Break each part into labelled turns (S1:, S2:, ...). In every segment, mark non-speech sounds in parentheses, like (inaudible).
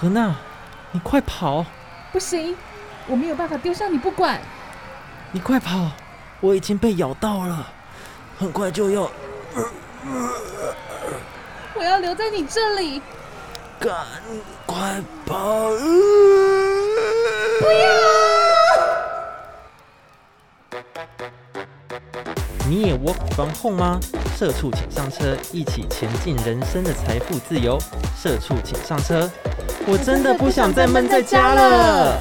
S1: 何娜，你快跑！
S2: 不行，我没有办法丢下你不管。
S1: 你快跑！我已经被咬到了，很快就要……
S2: 我要留在你这里。
S1: 赶快跑！
S2: 不要！
S1: 你也 work from home 吗？社畜请上车，一起前进人生的财富自由。社畜请上车，我真的不想再闷在家了。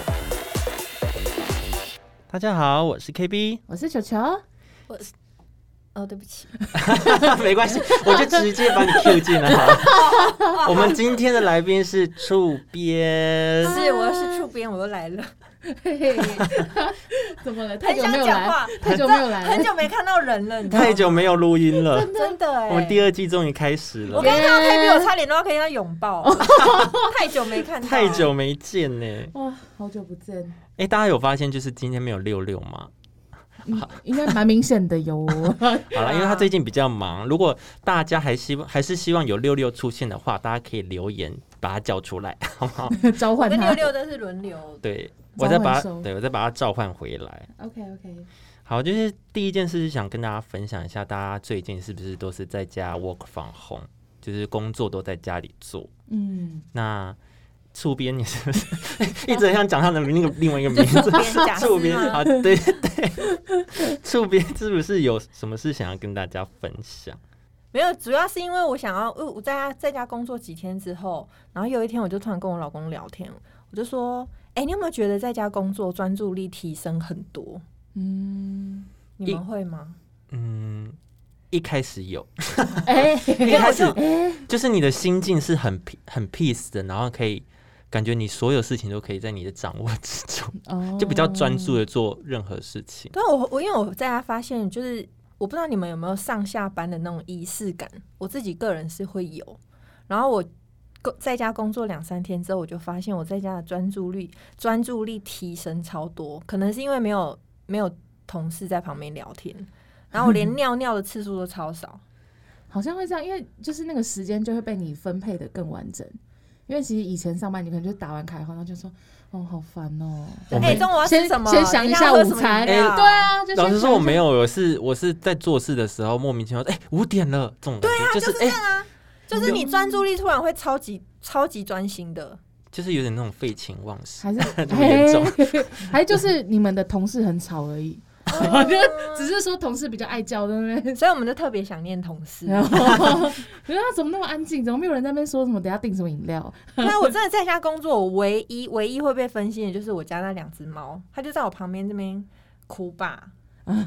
S1: 大家好，我是 KB，
S2: 我是球球，
S3: 哦，对不起，
S1: (laughs) 没关系，我就直接把你 Q 进来好了。
S3: (laughs)
S1: 我们今天的来宾是触边，
S3: 是我是触边，我又来了，
S2: 嘿嘿，怎
S3: (laughs)
S2: 么了？太
S3: 很
S2: 久
S3: 想
S2: 没有
S3: 讲
S2: 来
S3: 话，，
S2: 太久没有来
S3: 很
S2: 了。
S3: 久没看到人了，你知道吗
S1: 太久没有录音了。
S3: 真的哎，
S1: 我们第二季终于开始了
S3: 我，刚刚看到 K
S2: 耶
S3: B，我差点都要跟他拥抱，太久没看到，
S1: 太，久没见呢、
S2: 哇，好久不见，
S1: 哎、大家有发现就是今天没有六六吗？
S2: 嗯应该蛮明显的
S3: (laughs)
S2: 哟。
S1: 好
S3: 啊
S1: 了，因为他最近比较忙，如果大家还希望还是希望有六六出现的话，大家可以留言把他叫出来， (laughs) 好不好？
S2: 召
S3: 我
S2: 唤
S3: 跟
S2: 他
S3: 六。六都是轮流，
S1: 对，我再把他
S2: 召唤兽
S1: 对我再把他召唤回来。
S2: OK OK，
S1: 好，就是第一件事是想跟大家分享一下，大家最近是不是都是在家 work from home，就是工作都在家里做？
S2: 嗯，
S1: 那触边你是不 (laughs) 是一直很想讲他的那个另外一个名字？
S3: 边讲
S1: 触边
S3: 是吗
S1: 啊，对对对， (laughs) 触边是不是有什么事想要跟大家分享？
S3: 没有，主要是因为我想要，因为我在家在家工作几天之后，然后有一天我就突然跟我老公聊天，我就说，哎，你有没有觉得在家工作专注力提升很多？
S2: 嗯，
S3: 你们会吗？
S1: 嗯，一开始
S3: (laughs)
S1: 有，
S2: 哎，
S1: 一开始
S2: 哎，
S1: (laughs) 就是你的心境是很 pe- 很 peace 的，然后可以感觉你所有事情都可以在你的掌握之中，
S2: 哦
S1: 就比较专注的做任何事情。
S3: 对，啊我我因为我在家发现，就是我不知道你们有没有上下班的那种仪式感，我自己个人是会有。然后我工在家工作两三天之后，我就发现我在家的专注力专注力提升超多，可能是因为没有没有同事在旁边聊天，然后我
S2: 嗯
S3: 连尿尿的次数都超少。
S2: 好像会这样，因为就是那个时间就会被你分配的更完整。因为其实以前上班，你可能就打完卡后，然后就说：“哦，好烦哦。
S1: 我
S3: 哎、
S1: 没
S3: 中午要吃
S2: 先
S3: 什么？
S2: 先想一
S3: 等
S2: 下
S3: 要喝
S2: 午
S3: 什么
S2: 餐
S3: 饮料哎
S2: 对啊，就
S1: 老实说，我没
S2: 有。
S1: 有，我是我是在做事的时候莫名其妙，哎、五点了，这种感
S2: 啊
S1: 觉、就是哎、
S3: 就是你专注力突然会超级超级专心的。
S1: 就是有点那种废寝忘食。
S2: 还是
S1: (laughs) 这么严重
S2: 嘿 (laughs) 还就是你们的同事很吵而已，
S3: 哦
S2: 我觉得 (laughs) 只是说同事比较爱叫，对不对？
S3: 所以我们就特别想念同事。
S2: (laughs) 然后，可是他啊怎么那么安静？怎么没有人在那边说什么？等下订什么饮
S3: (laughs)
S2: 料？
S1: (laughs)
S3: 那我真的在家工作，我唯一唯一会被分心的就是我家那两只猫，它就在我旁边这边哭吧，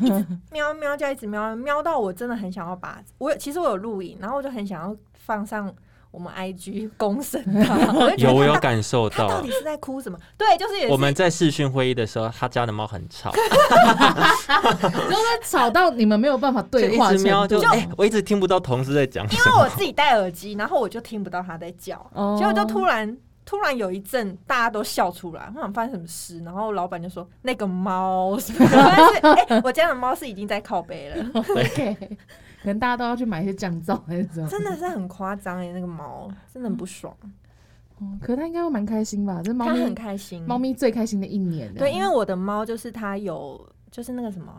S3: 一直喵喵叫，一直喵喵到我真的很想要把我有其实我有录影，然后我就很想要放上我们 IG 公审它，我就觉
S1: 有，
S3: 得
S1: 我有
S3: 它
S1: 感受
S3: 它到
S1: 到
S3: 底。是在哭什么？对，就是也是
S1: 我们在视讯会议的时候，他家的猫很吵，
S2: 然后他吵到你们没有办法
S1: 就
S2: 对
S1: 一
S2: 话
S1: 直
S2: 程
S1: 喵，
S2: 度
S1: 就哎、我一直听不到同事在讲
S2: (laughs)
S1: 什
S3: 因为
S1: 么。
S3: 我自己戴耳机，然后我就听不到它在叫，
S2: 哦
S3: 结果就突然。突然有一阵大家都笑出来，我想发生什么事，然后老板就说那个猫什么的，但是哎、我家的猫是已经在靠背
S2: (laughs)
S3: 了，
S2: OK，可能大家都要去买一些降噪还是什么？
S3: 真的是很夸张哎，那个猫真的很不爽，
S2: 哦，可是他应该会蛮开心吧？这猫
S3: 它很
S2: 咪，
S3: 开心。
S2: 猫咪最开心的一年了。
S3: 对，因为我的猫就是它有就是那个什么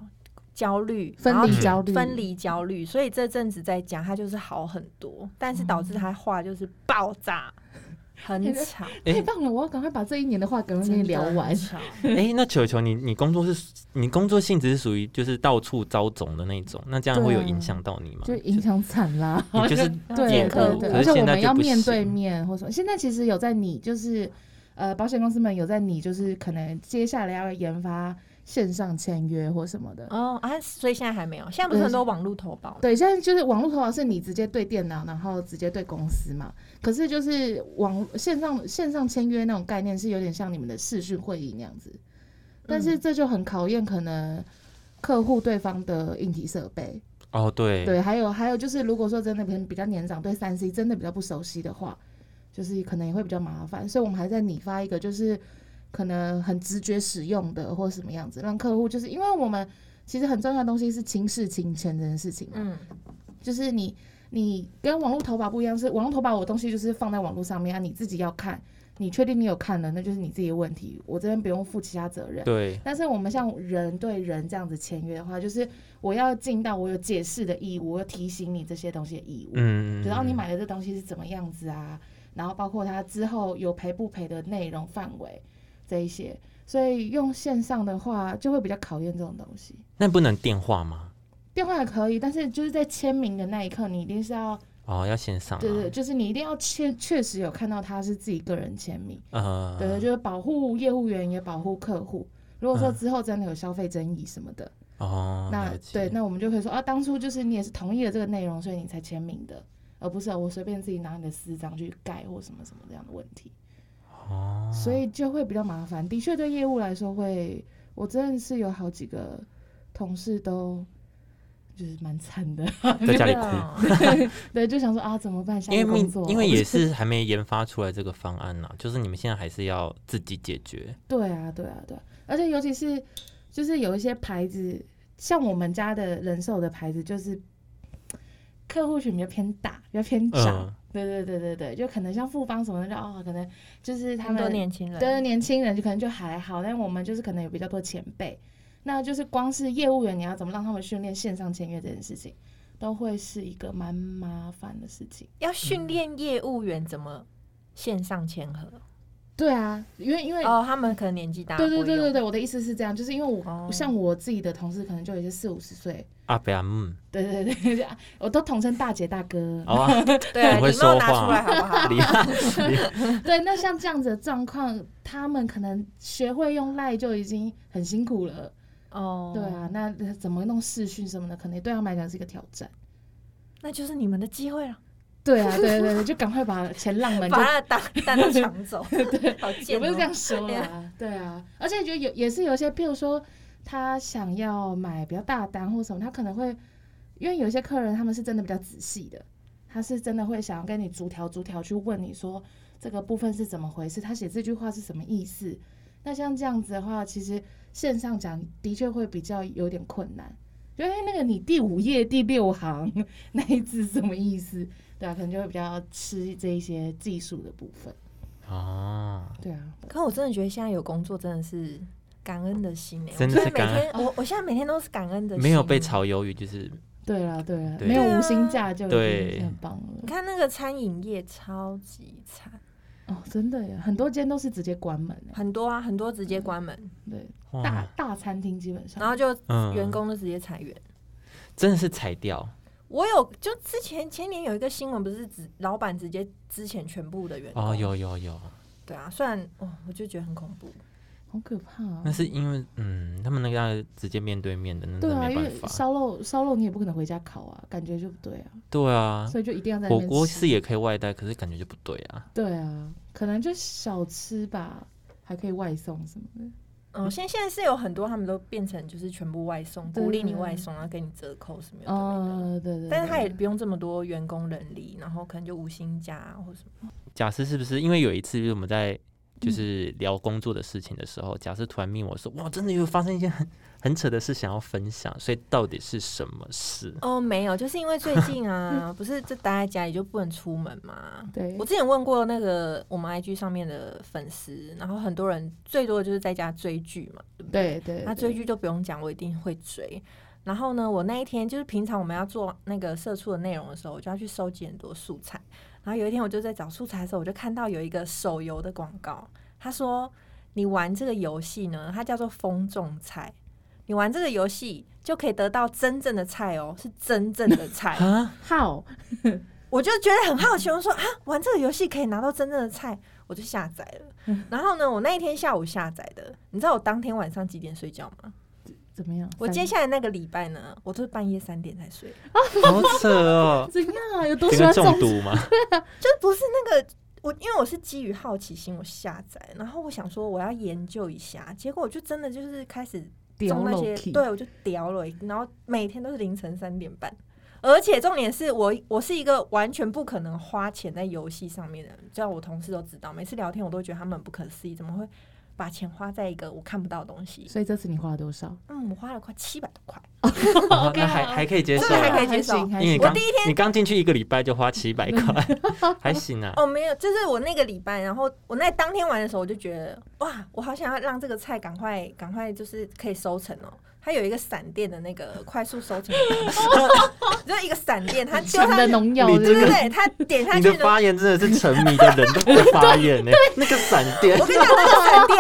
S3: 焦虑，
S2: 分
S3: 然后
S2: 离焦虑，
S3: 嗯分离焦虑，所以这阵子在家它就是好很多，但是导致
S2: 嗯
S3: 它话就是爆炸，很
S2: (laughs)
S3: 吵，
S1: 哎
S2: 太棒了！我要赶快把这一年的话赶快跟你聊
S3: 真的
S2: 完
S3: 很。吵。
S1: 哎、那球球，你你工作是你工作性质是属于就是到处招总的那种，那这样会有
S2: 对啊
S1: 影响到你吗？
S2: 就影响惨啦。
S1: (laughs) 你就是
S2: 对
S1: 业
S2: 对
S3: 见客
S1: 务，
S2: 对，
S1: 可
S2: 而
S1: 是
S2: 且
S1: 现
S2: 我
S1: 在
S2: 们
S1: 就
S2: 要
S1: 不
S2: 面
S1: 行。
S2: 对面或什么。现在其实有在你就是呃，保险公司们有在你就是可能接下来要研发线上签约或什么的。
S3: 哦啊，所以现在还没有，现在不是很多网络投保吗？
S2: 对，现在就是网络投保是你直接对电脑，然后直接对公司嘛。可是就是网线上线上签约那种概念是有点像你们的视讯会议那样子，但
S1: 嗯
S2: 是这就很考验可能客户对方的硬体设备。
S1: 哦，对，
S2: 对，还有还有就是，如果说真的可能比较年长，对三 C 真的比较不熟悉的话，就是可能也会比较麻烦，所以我们还在拟发一个就是可能很直觉使用的或什么样子，让客户就是因为我们其实很重要的东西是亲视亲签这件事情嘛，
S3: 嗯，
S2: 就是你。你跟网络投保不一样，是网络投保我东西就是放在网络上面啊，你自己要看，你确定你有看了，那就是你自己的问题，我这边不用负其他责任。
S1: 对，
S2: 但是我们像人对人这样子签约的话，就是我要尽到我有解释的义务，我有提醒你这些东西的义务。
S1: 嗯，
S2: 然后你买的这东西是怎么样子啊，然后包括它之后有赔不赔的内容范围这一些，所以用线上的话就会比较考验这种东西。
S1: 那不能电话吗？
S2: 电话也可以，但是就是在签名的那一刻，你一定是要，
S1: 哦，要线上、啊，
S2: 对对，就是你一定要确确实有看到他是自己个人签名，
S1: 呃，
S2: 对对，就是保护业务员也保护客户。如果说
S1: 啊
S2: 之后真的有消费争议什么的，
S1: 哦，
S2: 那
S1: 了解
S2: 对，那我们就可以说啊，当初就是你也是同意了这个内容，所以你才签名的，而不是哦我随便自己拿你的私章去盖或什么什么这样的问题，
S1: 哦，
S2: 所以就会比较麻烦。的确，对业务来说会，我真的是有好几个同事都就是蛮惨的， (laughs)
S1: 在家里
S3: 对
S1: 哭，
S3: 啊，
S2: 对，就想说啊怎么办？下一
S1: 因
S2: 个
S1: 为
S2: 工
S1: 命
S2: 作，哦 (laughs)
S1: 因为也是还没研发出来这个方案呐、就是你们现在还是要自己解决，
S2: 对啊，对啊，对啊，而且尤其是就是有一些牌子，像我们家的人寿的牌子，就是客户群比较偏大，比较偏长。
S1: 嗯
S2: 对对对对对，就可能像富邦什么的，就哦，可能就是他
S3: 很多
S2: 们
S3: 年轻
S2: 对
S3: 人，
S2: 年轻人就可能就还好，但我们就是可能有比较多前辈，那就是光是业务员，你要怎么让他们训练线上签约这件事情，都会是一个蛮麻烦的事情。
S3: 要训练业务员怎么线上签合。
S2: 对啊，因为因为
S3: 哦，他们可能年纪大，
S2: 对对
S3: 不会
S2: 对对
S3: 用
S2: 对，我的意思是这样，就是因为我、
S3: 哦
S2: 像我自己的同事，可能就有一些四五十岁，
S1: 阿北阿姆，
S2: (laughs) 对对对，对我都统称大姐大哥。
S3: 哦
S1: 好啊，很会
S3: 对，礼貌
S1: 说
S3: 拿
S1: 话
S3: 出来好
S1: (laughs)
S3: 不好？
S1: 厉
S2: (laughs)
S1: 害，厉害
S2: 对，那像这样子的状况，他们可能学会用赖就已经很辛苦了。
S3: 哦，
S2: 对啊，，那怎么弄视讯什么的，可能对他们来讲是一个挑战。
S3: 那就是你们的机
S2: (laughs)
S3: 会了，
S2: 对啊，对对对，就赶快把前浪 (laughs) 们就
S3: 把他 (laughs) 的蛋蛋都抢走，
S2: (laughs)
S3: (laughs) 好
S2: 也
S3: 贱，哦
S2: 不是这，样说啦，对啊，而且就有也是有一些，譬如说他想要买比较大单或什么，他可能会因为有一些客人他们是真的比较仔细的，他是真的会想要跟你逐条逐条去问你说这个部分是怎么回事，他写这句话是什么意思。那像这样子的话，其实线上讲的确会比较有点困难。就哎，那个你第五页第六行那一字什么意思？对啊，可能就会比较吃这一些技术的部分。
S1: 哦，
S2: 对啊，
S3: 可我真的觉得现在有工作真的是感恩的心欸
S1: 真的是
S3: 我觉得
S1: 感
S3: 每天我我现在每天都是感恩的心，
S1: 没有被。炒鱿鱼，就是
S2: 对啦，对啦，
S1: 对
S2: 没有
S3: 对啊
S2: 无薪假就已
S1: 对
S2: 经很棒
S3: 你
S2: 了。
S3: 看那个餐饮业超级惨，
S2: 哦，真的耶，很多间都是直接关门耶
S3: 很多啊，很多直接关门，
S2: 对，大
S1: 哇，
S2: 大餐厅基本
S3: 然
S2: 上，
S3: 后就
S1: 嗯
S3: 员工就直接裁员。
S1: 真的是踩掉，
S3: 我有就之前前年有一个新闻，不是指老板直接之前全部的员工，
S1: 哦，有有有，
S2: 嗯
S3: 对啊，虽然哦，我就觉得很恐怖，
S2: 好可怕啊
S1: 那！是因为嗯，他们那个要直接面对面的，那真
S2: 对
S1: 的
S2: 啊，
S1: 没
S2: 因
S1: 办
S2: 为
S1: 法，
S2: 烧肉烧肉你也不可能回家烤啊，感觉就不对啊，
S1: 对啊，
S2: 所以就一定要在那
S1: 火
S2: 边
S1: 锅
S2: 吃
S1: 是也可以外带，可是感觉就不对啊，
S2: 对啊，可能就小吃吧，还可以外送什么的。
S3: 嗯，现在现在是有很多他们都变成就是全部外送，
S2: 对
S3: 鼓励你外送，然后给你折扣什么有的没的。
S2: 哦，对对对，
S3: 啊但是他也不用这么多员工人力，然后可能就无薪假啊或什么。
S1: 假设是不是？因为有一次就是我们在
S3: 嗯
S1: 就是聊工作的事情的时候，假设突然命我说，哇，真的有发生一件很 (laughs) 很扯的事想要分享，所以到底是什么事？
S3: 哦，没有，就是因为最近啊， (laughs) 不是就待在家里就不能出门嘛。
S2: 对
S3: 我，之前问过那个我们 IG 上面的粉丝，然后很多人最多的就是在家追剧嘛，对不对？
S2: 对对，
S3: 那
S2: 对
S3: 追剧就不用讲，我一定会追。然后呢，我那一天就是平常我们要做那个社畜的内容的时候，我就要去收集很多素材。然后有一天我就在找素材的时候，我就看到有一个手游的广告，他说你玩这个游戏呢，它叫做风种菜，你玩这个游戏就可以得到真正的菜哦，是真正的菜。
S1: 啊，
S2: 好，
S3: 我就觉得很好奇，我说啊，玩这个游戏可以拿到真正的菜，我就下载了
S2: 嗯。
S3: 然后呢，我那一天下午下载的，你知道我当天晚上几点睡觉吗？
S2: 怎么样？
S3: 我
S2: 三，
S3: 接下来那个礼拜呢，我都是半夜三点才睡，
S1: 好扯哦
S3: (laughs)
S2: 怎样啊？有多
S1: 整
S2: 喜
S1: 个
S2: 欢
S1: 中毒吗？
S3: 就不是那个我，因为我是基于好奇心我下载，然后我想说我要研究一下，结果我就真的就是开始
S2: 屌
S3: 中那些
S2: 肉，体
S3: 对我就屌了，然后每天都是凌晨三点半，而且重点是我我是一个完全不可能花钱在游戏上面的人，只要我同事都知道，每次聊天我都觉得他们很不可思议，怎么会把钱花在一个我看不到的东西。
S2: 所以这次你花了多少？
S3: 嗯，我花了快七百多块，
S1: (laughs) 哦那还还可以接受
S3: 这个还
S1: 啊，
S3: 可以接受
S2: 还行还
S1: 因为你
S2: 行
S3: 我
S1: 刚
S3: 第一
S1: 你刚进去一个礼拜就花七百
S3: (laughs)
S1: 块，还行啊。
S3: 哦，没有，就是我那个礼拜，然后我那当天玩的时候，我就觉得哇，我好想要让这个菜赶快赶快就是可以收成哦。它有一个闪电的那个快速收成的东西，就是一个闪电，它丢
S2: 强
S3: 上
S2: 的
S3: 去，
S2: 农药
S1: 你
S2: 是不
S3: 对
S1: 这
S3: 对
S1: 个
S2: 是，
S3: 对，它点下
S1: 你
S3: 去
S1: 的
S3: 的
S1: 发言真的是沉迷的人都会发言
S3: (laughs)
S1: 呢、那个闪电
S3: 我，跟你讲，那个闪电，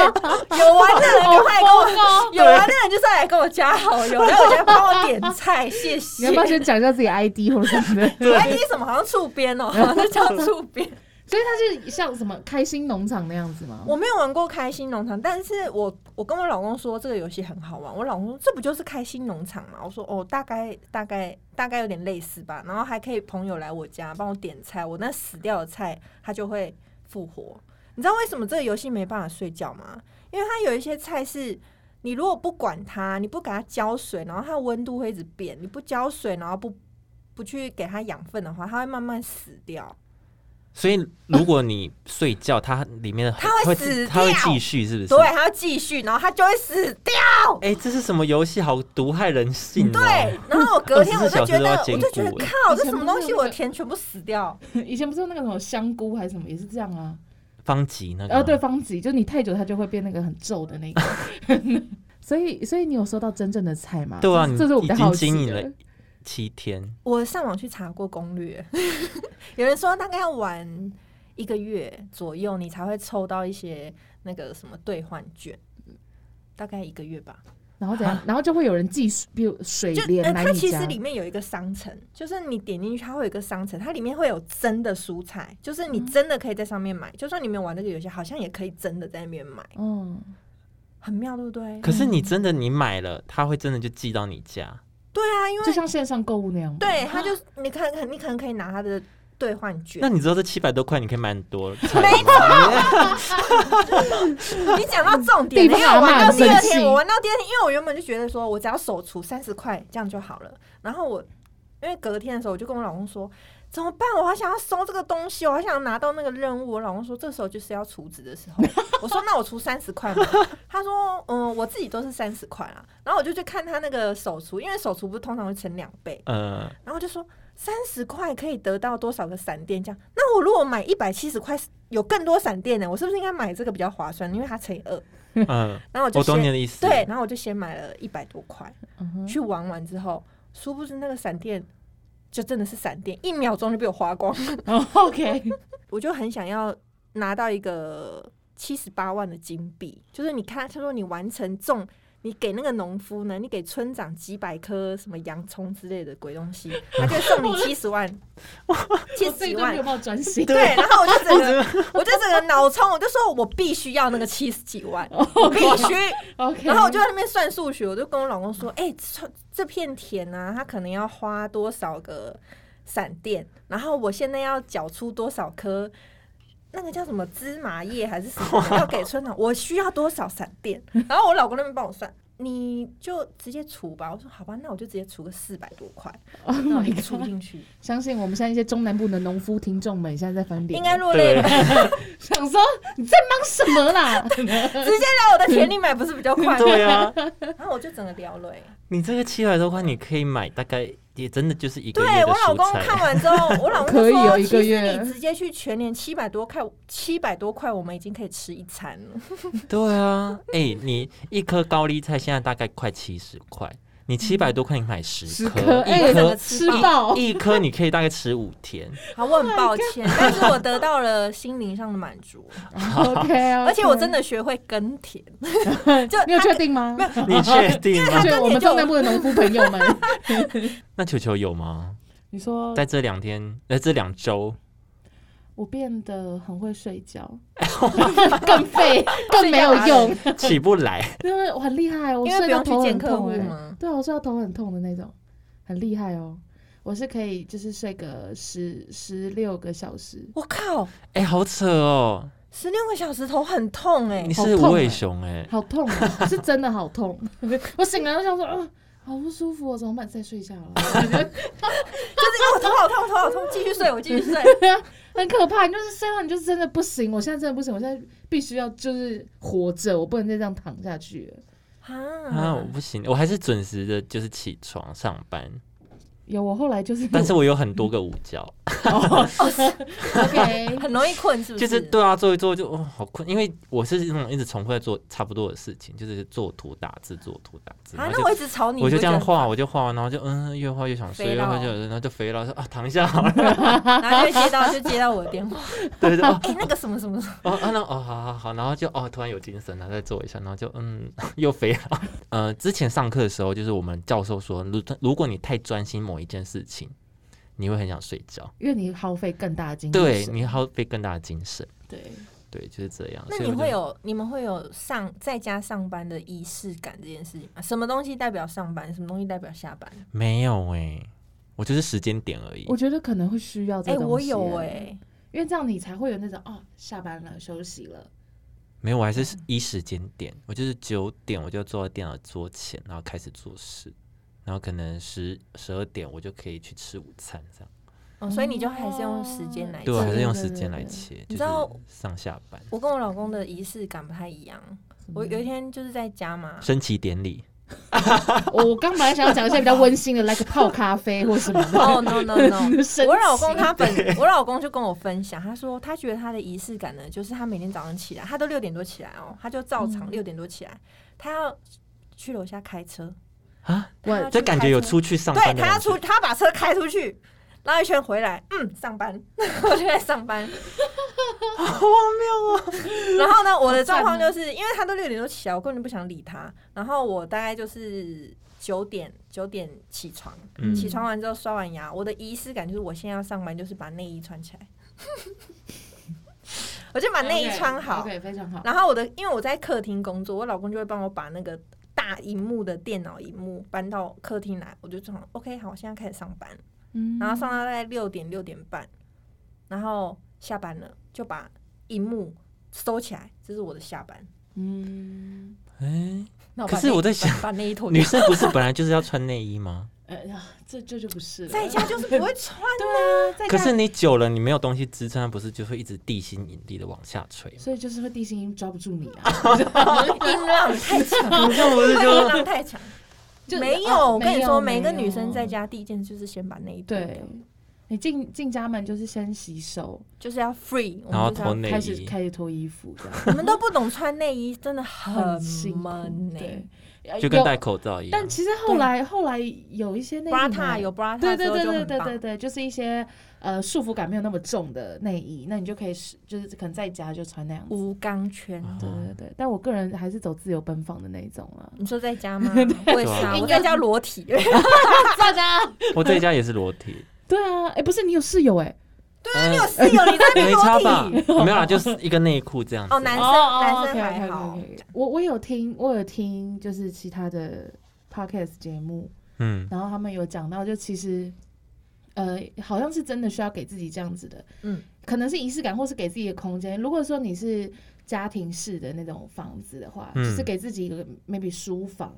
S3: 有玩的人赶
S1: (laughs)
S3: 快跟我，有玩的人就是来跟我加好友，然后我就帮我点菜，谢
S2: 你
S1: (laughs)
S3: 谢
S2: 要不。要先讲一下自己 ID 或者什
S3: (laughs)
S2: 么的？
S3: 我还什么好像触边哦，好像叫触边。
S2: 所以它是像什么开心农场那样子吗？
S3: 我没有玩过开心农场，但是我我跟我老公说这个游戏很好玩，我老公说这不就是开心农场吗？我说哦，大概大概大概有点类似吧，然后还可以朋友来我家帮我点菜，我那死掉的菜它就会复活。你知道为什么这个游戏没办法睡觉吗？因为它有一些菜是。你如果不管它，你不给它浇水，然后它温度会一直变。你不浇水，然后不不去给它养分的话，它会慢慢死掉。
S1: 所以如果你睡觉，它里面的
S3: 它会
S1: 会
S3: 死
S1: 它会
S3: 掉
S1: 继续，是不是？
S3: 对，它要继续，然后它就会死掉。
S1: 哎、这是什么游戏？好毒害人性、哦！
S3: 对，然后我隔天我就觉得，
S1: 24
S3: 我就觉
S1: 小时都要
S3: 得
S1: 兼顾欸
S3: 靠，
S2: 以前
S3: 这什么东西，我田全部死掉。
S2: 以前不是有那个什么香菇还是什么，也是这样啊。
S1: 方吉那个吗，
S2: 然后哦对方子，就你太久，它就会变那个很皱的那个。 (laughs) 所以，所以你有收到真正的菜吗？
S1: 对啊，
S2: 这
S1: 你
S2: 这是我比
S1: 已
S2: 较好
S1: 经
S2: 奇
S1: 经营
S2: 的
S1: 了七天，
S3: 我上网去查过攻略， (laughs) 有人说大概要玩一个月左右，你才会抽到一些那个什么兑换券。大概一个月吧，
S2: 然后怎
S1: 啊
S2: 样？然后就会有人寄水，比如水
S3: 就、
S2: 莲
S3: 呃、
S2: 来
S3: 它
S2: 你
S3: 其
S2: 家
S3: 实。里面有一个商城，就是你点进去，它会有一个商城，它里面会有真的蔬菜，就是你真的可以在上面买。就算你没有玩这个游戏，好像也可以真的在那边买，
S2: 嗯，
S3: 很妙，对不对？
S1: 可是你真的你买了，它会真的就寄到你家。
S3: 对啊，因为
S2: 就像线上购物那样。
S3: 对，他就是
S2: 啊
S3: 你可能你可能可以拿他的兑换券
S1: 那。你知道这七百多块你可以买很多菜吗？
S3: 你讲
S2: 嗯
S3: 到重点了，
S2: 地
S3: 因为
S2: 方
S3: 我玩
S2: 阿嬷
S3: 到
S2: 很
S3: 第
S2: 生
S3: 二天，
S2: 气
S3: 我玩到第二天，因为我原本就觉得说我只要手除三十块这样就好了。然后我因为隔天的时候，我就跟我老公说怎么办？我好想要收这个东西，我好想拿到那个任务。我老公说这时候就是要除值的时
S2: (laughs)
S3: 候。我说那我除三十块嘛。他说嗯，我自己都是三十块啦。然后我就去看他那个手除，因为手除不是通常会乘两倍，
S1: 呃，
S3: 然后就说三十块可以得到多少个闪电？这样，那我如果买一百七十块，有更多闪电呢？我是不是应该买这个比较划算？因为它乘以二。
S1: 嗯，
S3: 然后我就
S1: 我懂你
S3: 先
S1: 的意思。
S3: 对，，然后我就先买了一百多块
S2: 嗯哼，
S3: 去玩完之后，殊不知那个闪电就真的是闪电，一秒钟就被我花光。
S2: 哦，OK， (laughs)
S3: 我就很想要拿到一个七十八万的金币，就是你看他说你完成种，你给那个农夫呢，你给村长几百颗什么洋葱之类的鬼
S2: (laughs)
S3: 东西，他就送你七十万，七
S2: 我
S3: 十
S2: 这
S3: 几
S2: 一段
S3: 万
S2: 有。没有专心？
S3: 对，然后我就整
S2: (laughs)
S3: 个，我就整个脑充，我就说我必须要那个七十几
S2: (laughs)
S3: 万，
S2: 哦
S3: 我必须。
S2: ，OK。
S3: 然后
S2: (laughs)
S3: 我就在那边算数学，我就跟我老公说：“哎、这这片田啊，它可能要花多少个闪电？然后我现在要缴出多少颗那个叫什么芝麻叶还是什么的要给村长？我需要多少闪电？”然后我老公那边帮我算。你就直接除吧，我说好吧，那我就直接除个四百多块，嗯
S2: Oh
S3: 那我
S2: my
S3: 就除
S2: god！
S3: 进去。
S2: 相信我们现在一些中南部的农夫听众们现在在翻脸，
S3: 应该落泪
S1: 对
S3: 吧？，
S2: 想说你在忙什么
S3: (laughs)
S2: 啦？
S3: 直接来我的田里买不是比较快吗？
S1: 对啊，
S3: 然后我就整个掉泪。
S1: 你这个七百多块你可以买大概也真的就是一个
S3: 对
S1: 月的
S3: 我老公
S1: 蔬
S3: 看
S1: 菜。
S3: 完
S1: (laughs)
S3: 之后，我老公就
S2: 可以有
S3: 说：“其
S2: 一
S3: 实
S2: 个月
S3: 你直接去全年七百多块，七百多块我们已经可以吃一餐了。
S1: 对啊，哎，你一颗高丽菜现在大概快七十块，你七百多块你买十
S2: 十
S1: 颗
S2: 颗，，
S1: 一
S2: 哎
S3: 整
S1: 颗
S3: 个
S2: 吃爆！
S1: 一颗你可以大概吃五天。”
S3: 好，
S2: Oh
S3: 我很抱歉，但是我得到了心灵上的满
S2: (laughs)
S3: 足，
S2: OK，
S3: 而且我真
S2: 的，
S3: 的学会耕
S2: (laughs)
S3: 田。就
S2: 你有
S3: 他
S2: 确定吗？
S1: 你确定
S2: (laughs)
S1: 吗？
S2: 对我们中南部的农夫朋友们，
S1: 那球球有吗？
S2: 你说
S1: 在这两天，呃，这两周，
S3: (laughs)
S2: 我变得很会睡觉，
S1: (laughs)
S2: 更废，更没有用，
S1: 起不来，
S2: 因为我很厉害，哦我
S3: 因为
S2: 睡
S3: 不
S2: 到
S3: 用去
S2: 头
S3: 见
S2: 很
S3: 客户
S2: 痛哎、
S3: 嘛。
S2: 对啊，我睡到头很痛的那种，很厉害哦。我是可以就是睡个十十六个小时，
S3: 我靠，
S1: 哎、好扯哦！
S3: 十六个小时头很痛哎
S1: 你，
S2: 好
S1: 是
S2: 痛
S1: 无尾
S2: 哎
S1: 熊哎、
S2: 好痛、啊，是真的好痛。 (laughs) 我醒来就想说，啊，好不舒服、哦，怎么办？再睡一下好了。
S3: 就是因为我头好痛，头好痛，继续睡，我继续睡。
S2: 很可怕。你就是身上，你就是真的不行。我现在真的不行，我现在必须要就是活着，我不能再这样躺下去了。
S1: (laughs) 啊，
S3: 啊
S1: 我不行，我还是准时的，就是起床上班，
S3: 嗯
S2: 有，我后来就是，
S1: 但是我有很多个午觉，
S2: OK，
S3: 很容易困，嗯是不
S1: 就是对啊，做一做就哦好困，因为我是那种一直重复在做差不多的事情，就是做图打字，做图打字，
S3: 啊
S1: 然，后
S3: 那
S1: 就
S3: 我一直吵你，
S1: 我就
S3: 你
S1: 这样
S3: 会觉得
S1: 画，我就画完，然后就嗯，越画越想睡，
S3: 肥
S1: 越画
S3: 料
S1: 就然后就肥了，说啊躺一下好了， (laughs)
S3: 很烦，然后就
S2: (laughs)
S3: 接到就接到我的电话，
S1: 对对哦
S3: 哎，那个什么什么什么，
S1: 哦啊那哦好好好，然后就哦突然有精神了，再做一下，然后就嗯 (laughs) 又肥了。呃，之前上课的时候，就是我们教授说，如如果你太专心某一件事情，你会很想睡觉，
S2: 因为你耗费更大的精力。
S1: 对你耗费更大的精神，
S2: 对，
S1: 对就是这样。
S3: 那
S1: 啊所以
S3: 你
S1: 我
S3: 会
S1: 就
S3: 有你们会有上在家上班的仪式感这件事情吗？什么东西代表上班，什么东西代表下班？
S1: 没有哎、我就是时间点而已
S2: 我。觉得可能会需要这
S3: 哎，
S2: 东西。
S3: 我
S1: 啊
S3: 有
S2: 哎、
S3: 哎，
S2: 因为这样你才会有那种哦，下班了，休息了。
S1: 没有，我还
S3: 嗯
S1: 是依时间点，我就是九点我就坐在电脑桌前，然后开始做事，然后可能十十二点我就可以去吃午餐，这样。
S3: 哦，所以你就还是用时间来
S1: 哦对，我
S2: 对
S1: 还是
S2: 对
S1: 用
S2: 对
S1: 时
S2: 对
S1: 间
S2: 对
S1: 来切，
S3: 你
S1: 就
S3: 知道
S1: 是上下班、
S3: 我跟我老公的仪式感不太一样。我
S2: 嗯
S3: 有一天就是在家嘛，
S1: 升旗典礼。
S2: 哦我我刚本来想要讲一些比较温馨的，来个泡咖啡或什么的。
S3: 哦、
S2: (laughs)
S3: no no no！
S1: (laughs)
S2: 神奇
S3: 我老公他本我老公就跟我分享，他说他觉得他的仪式感呢，就是他每天早上起来，他都六点多起来哦，他就照常
S2: 嗯
S3: 六点多起来，他要去楼下开车
S1: 啊，
S3: 他要
S2: 我
S3: 去
S1: 这感觉有
S3: 开车
S1: 出去上
S3: 对
S1: 班的
S3: 他要
S1: 感
S3: 出
S1: 觉，
S3: 他把车开出去，绕一圈回来，嗯，上班， (laughs) 我就在
S1: (laughs)
S3: 上班，
S1: 哦
S3: 然后呢，我的状况就是因为他都六点多起来，我根本就不想理他。然后我大概就是九点九点起床，
S1: 嗯
S3: 起床完之后刷完牙，我的仪式感就是我现在要上班，就是把内衣穿起来， (laughs) 我就把内衣穿好。
S2: 对，非常好。
S3: 然后我的，因为我在客厅工作，我老公就会帮我把那个大荧幕的电脑荧幕搬到客厅来，我就这样 OK，好，我现在开始上班。
S2: 嗯
S3: 然后上到大概六点六点半，然后下班了就把荧幕收起来，这是我的下班。
S2: 嗯，
S1: 哎，
S3: 那我
S1: 可
S3: 把
S1: 是
S3: 内
S1: 我在
S3: 把
S1: 想
S3: 把内衣
S1: (laughs)
S3: 脱
S1: 女
S3: 掉，
S1: 生不是本来就是要穿内衣吗？
S2: 哎呀，这这就不是了
S3: 在家就是不会穿啊，在
S1: 可 (laughs)
S3: 家
S1: 是你久了，你没有东西支撑，它不是就会一直地心引力的往下垂吗？
S2: 所以就是会地心抓不住你啊，
S3: 音浪
S1: (laughs)
S3: 太强，
S1: 这样不是
S3: 音
S1: 就哦
S3: 浪太强。
S2: 就啊
S3: 没有，我跟你说，
S2: 没
S3: 每
S2: 有
S3: 个
S2: 没有
S3: 女生在家第一件事就是先把内衣脱
S2: 对
S3: 掉，。
S2: 你进进家门就是先洗手，
S3: 就是要 free，我
S1: 然后
S3: 们就是
S1: 脱
S3: 要
S1: 内
S2: 开始
S1: 衣？
S2: 开始脱衣服，这样
S3: (laughs) 你们都不懂穿内衣，真的很欸
S2: 辛苦
S3: 闷呢。哎
S1: (laughs)
S2: 对，
S1: 就跟
S2: 有
S1: 戴口罩一样
S2: 但。其实后来后来有一些内衣
S3: bra
S2: 嘛
S3: 有 bra
S2: 对
S3: 之
S2: 对
S3: 后
S2: 对
S3: 就
S2: 对
S3: 很
S2: 对对
S3: 棒。
S2: 对，就是一些呃束缚感没有那么重的内衣，那你就可以是就是可能在家就穿那样子。
S3: 无钢圈，
S2: 对对
S1: 哦
S2: 对，但我个人还是走自由奔放的那一种
S3: (laughs)。
S2: 了
S3: 你说在家
S2: (laughs)
S3: 吗？我也是啊，
S1: 对
S3: 我在家裸体。
S2: 大家
S1: 我在家也是裸体，
S3: (laughs)
S2: 对啊，哎、不是你有室友哎、
S1: 对啊，你
S3: 有室
S2: 哎
S3: 友，你在那边
S1: 没差吧
S3: 裸体？？ (laughs)
S1: 没有啦，就是一个内裤这样子。
S3: 哦，男生、男生还好。
S2: 我我有听，我有听，就是其他的 podcast 节目，
S1: 嗯，
S2: 然后他们有讲到，就其实，呃，好像是真的需要给自己这样子的，
S3: 嗯，
S2: 可能是仪式感，或是给自己的空间。如果说你是家庭式的那种房子的话，
S1: 嗯
S2: 就是给自己一个 maybe 书房，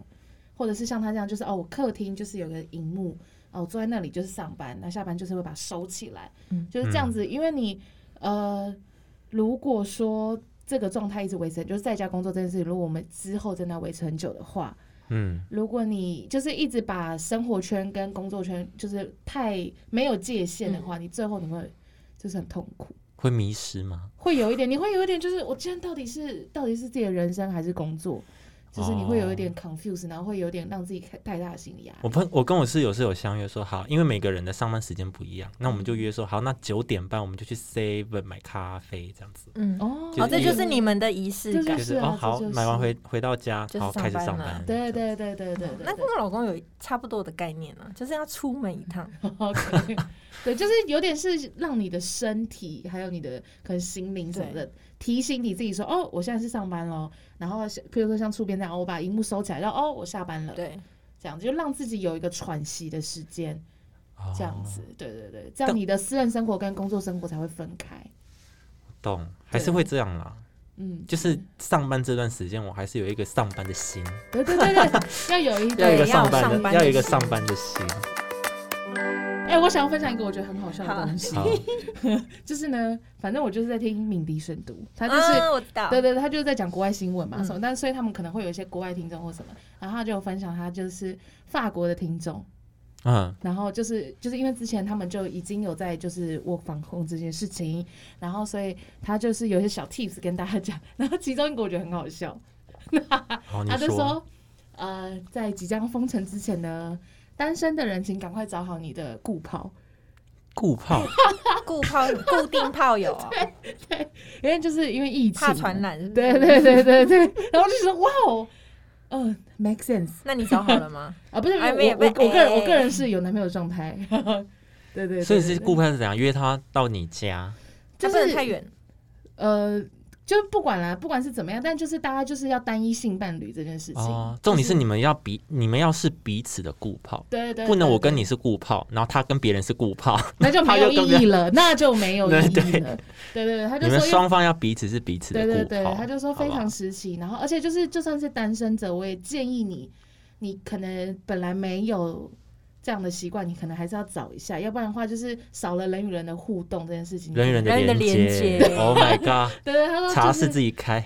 S2: 或者是像他这样，就是哦，我客厅就是有个荧幕，哦，我坐在那里就是上班，那下班就是会把它收起来，
S3: 嗯
S2: 就是这样子，因为你呃，如果说。这个状态一直维持，就是在家工作这件事情。如果我们之后真的要维持很久的话，
S1: 嗯，
S2: 如果你就是一直把生活圈跟工作圈就是太没有界限的话，你最后你会就是很痛苦，
S1: 会迷失吗？
S2: 会有一点，你会有一点就是我今天到底是到底是自己的人生还是工作，就是你会有一点 confuse，然后会有点让自己太大的心理压
S1: 我
S2: 力。
S1: 朋我跟我室友是有相约说好，因为每个人的上班时间不一样，那我们就约说好，那九点半我们就去 Seven 买咖啡这样子。
S3: 嗯，
S2: 哦
S1: 就
S3: 哦，
S1: 是
S3: 这
S1: 一
S3: 就是你们的仪式
S1: (laughs)
S2: 就
S1: 就
S3: 感。
S2: 是
S1: 是
S2: 啊
S1: 哦，好
S2: 这就，是
S1: 买完回回到家，
S3: 就是
S1: 好
S3: 上
S1: 开始
S3: 班
S1: 上
S3: 了
S1: 班。
S2: 对对对对对对
S3: 那跟
S2: 对
S3: 我老公有差不多的概念啊，就是要出门一趟。
S2: ，OK，对， (laughs) 就是有点是让你的身体还有你的可能心灵什么的提醒你自己说，哦，我现在是上班喽。然后像，譬如说像触边这样，哦我把荧幕收起来，然后哦，我下班了。
S3: 对，
S2: 这样子就让自己有一个喘息的时间，
S1: 哦
S2: 这样子，对对对，这样你的私人生活跟工作生活才会分开。
S1: 懂，还是会这样啦。
S2: 嗯，
S1: 就是上班这段时间，我还是有一个上班的心，
S2: 对对对对，要有一
S1: 要有一个
S2: 个
S3: 要有
S1: 上班
S3: 上
S1: 的，
S3: 班
S1: 要
S3: 的
S1: 有一个
S3: 心
S1: 上班的心。
S2: 哎、我想要分享一个我觉得很好笑的东西， (laughs)
S1: 好，
S2: 就是呢，反正我就是在听敏迪选读，他就是、
S1: 啊
S3: 嗯、我知道，
S2: 对对，他就是在讲国外新闻嘛，
S3: 嗯
S2: 什么，但是所以他们可能会有一些国外听众或什么，然后他就有分享他就是法国的听众，
S1: 嗯，
S2: 然后就是就是因为之前他们就已经有在就是我防控这件事情，然后所以他就是有一些小 tips 跟大家讲，然后其中一个我觉得很好笑，
S1: 好，你
S2: 他就
S1: 说，
S2: 说，呃，在即将封城之前呢，单身的人请赶快找好你的固炮，
S1: 顾炮，
S3: 固
S2: (laughs)
S3: 炮固定炮友哦，
S2: 因为就是因为疫情
S3: 怕传，染是不
S2: 对，
S3: 是
S2: 对对对对，然后就说哇哦，嗯、m a k e sense。
S3: 那你找好了吗？
S2: 啊，不是，
S3: 哎
S2: 我
S3: 没有
S2: 我
S3: 没有
S2: 我个人
S3: 哎
S2: 我个人是有男朋友的状态， (laughs) 对对对，
S1: 所以是
S2: 对
S1: 顾派是怎样约他到你家？
S2: (laughs) 就
S3: 这
S2: 是
S3: 不能
S2: (laughs)
S3: 太远，
S2: 呃，就是不管啦，不管是怎么样，但就是大家就是要单一性伴侣这件事情。
S1: 哦，重点
S2: 就是
S1: 你们要彼，你们要是彼此的顾炮，
S2: 对对对，
S1: 不能我跟
S2: 对
S1: 你是顾炮，然后他跟别人是顾炮，
S2: 那就没有
S1: (laughs) 他又跟
S2: 意义了，那就没有意义
S1: 对 (laughs) 对
S2: 了。对对对，他就
S1: 你们
S2: 说要。
S1: 双方要彼此是彼此的
S2: 对对
S1: 顾
S2: 对
S1: 炮，，
S2: 他就说
S1: 好
S2: 非
S1: 不好
S2: 常时期，然后而且就是就算是单身者，我也建议你，你可能本来没有这样的习惯，你可能还是要找一下，要不然的话就是少了人与人的互动这件事情。
S1: 人与人的
S3: 人与人的
S1: 连
S3: 连
S1: 接
S3: 接
S1: ，Oh my god！
S2: 对对， (laughs) 他说、就是、
S1: 茶是自己开，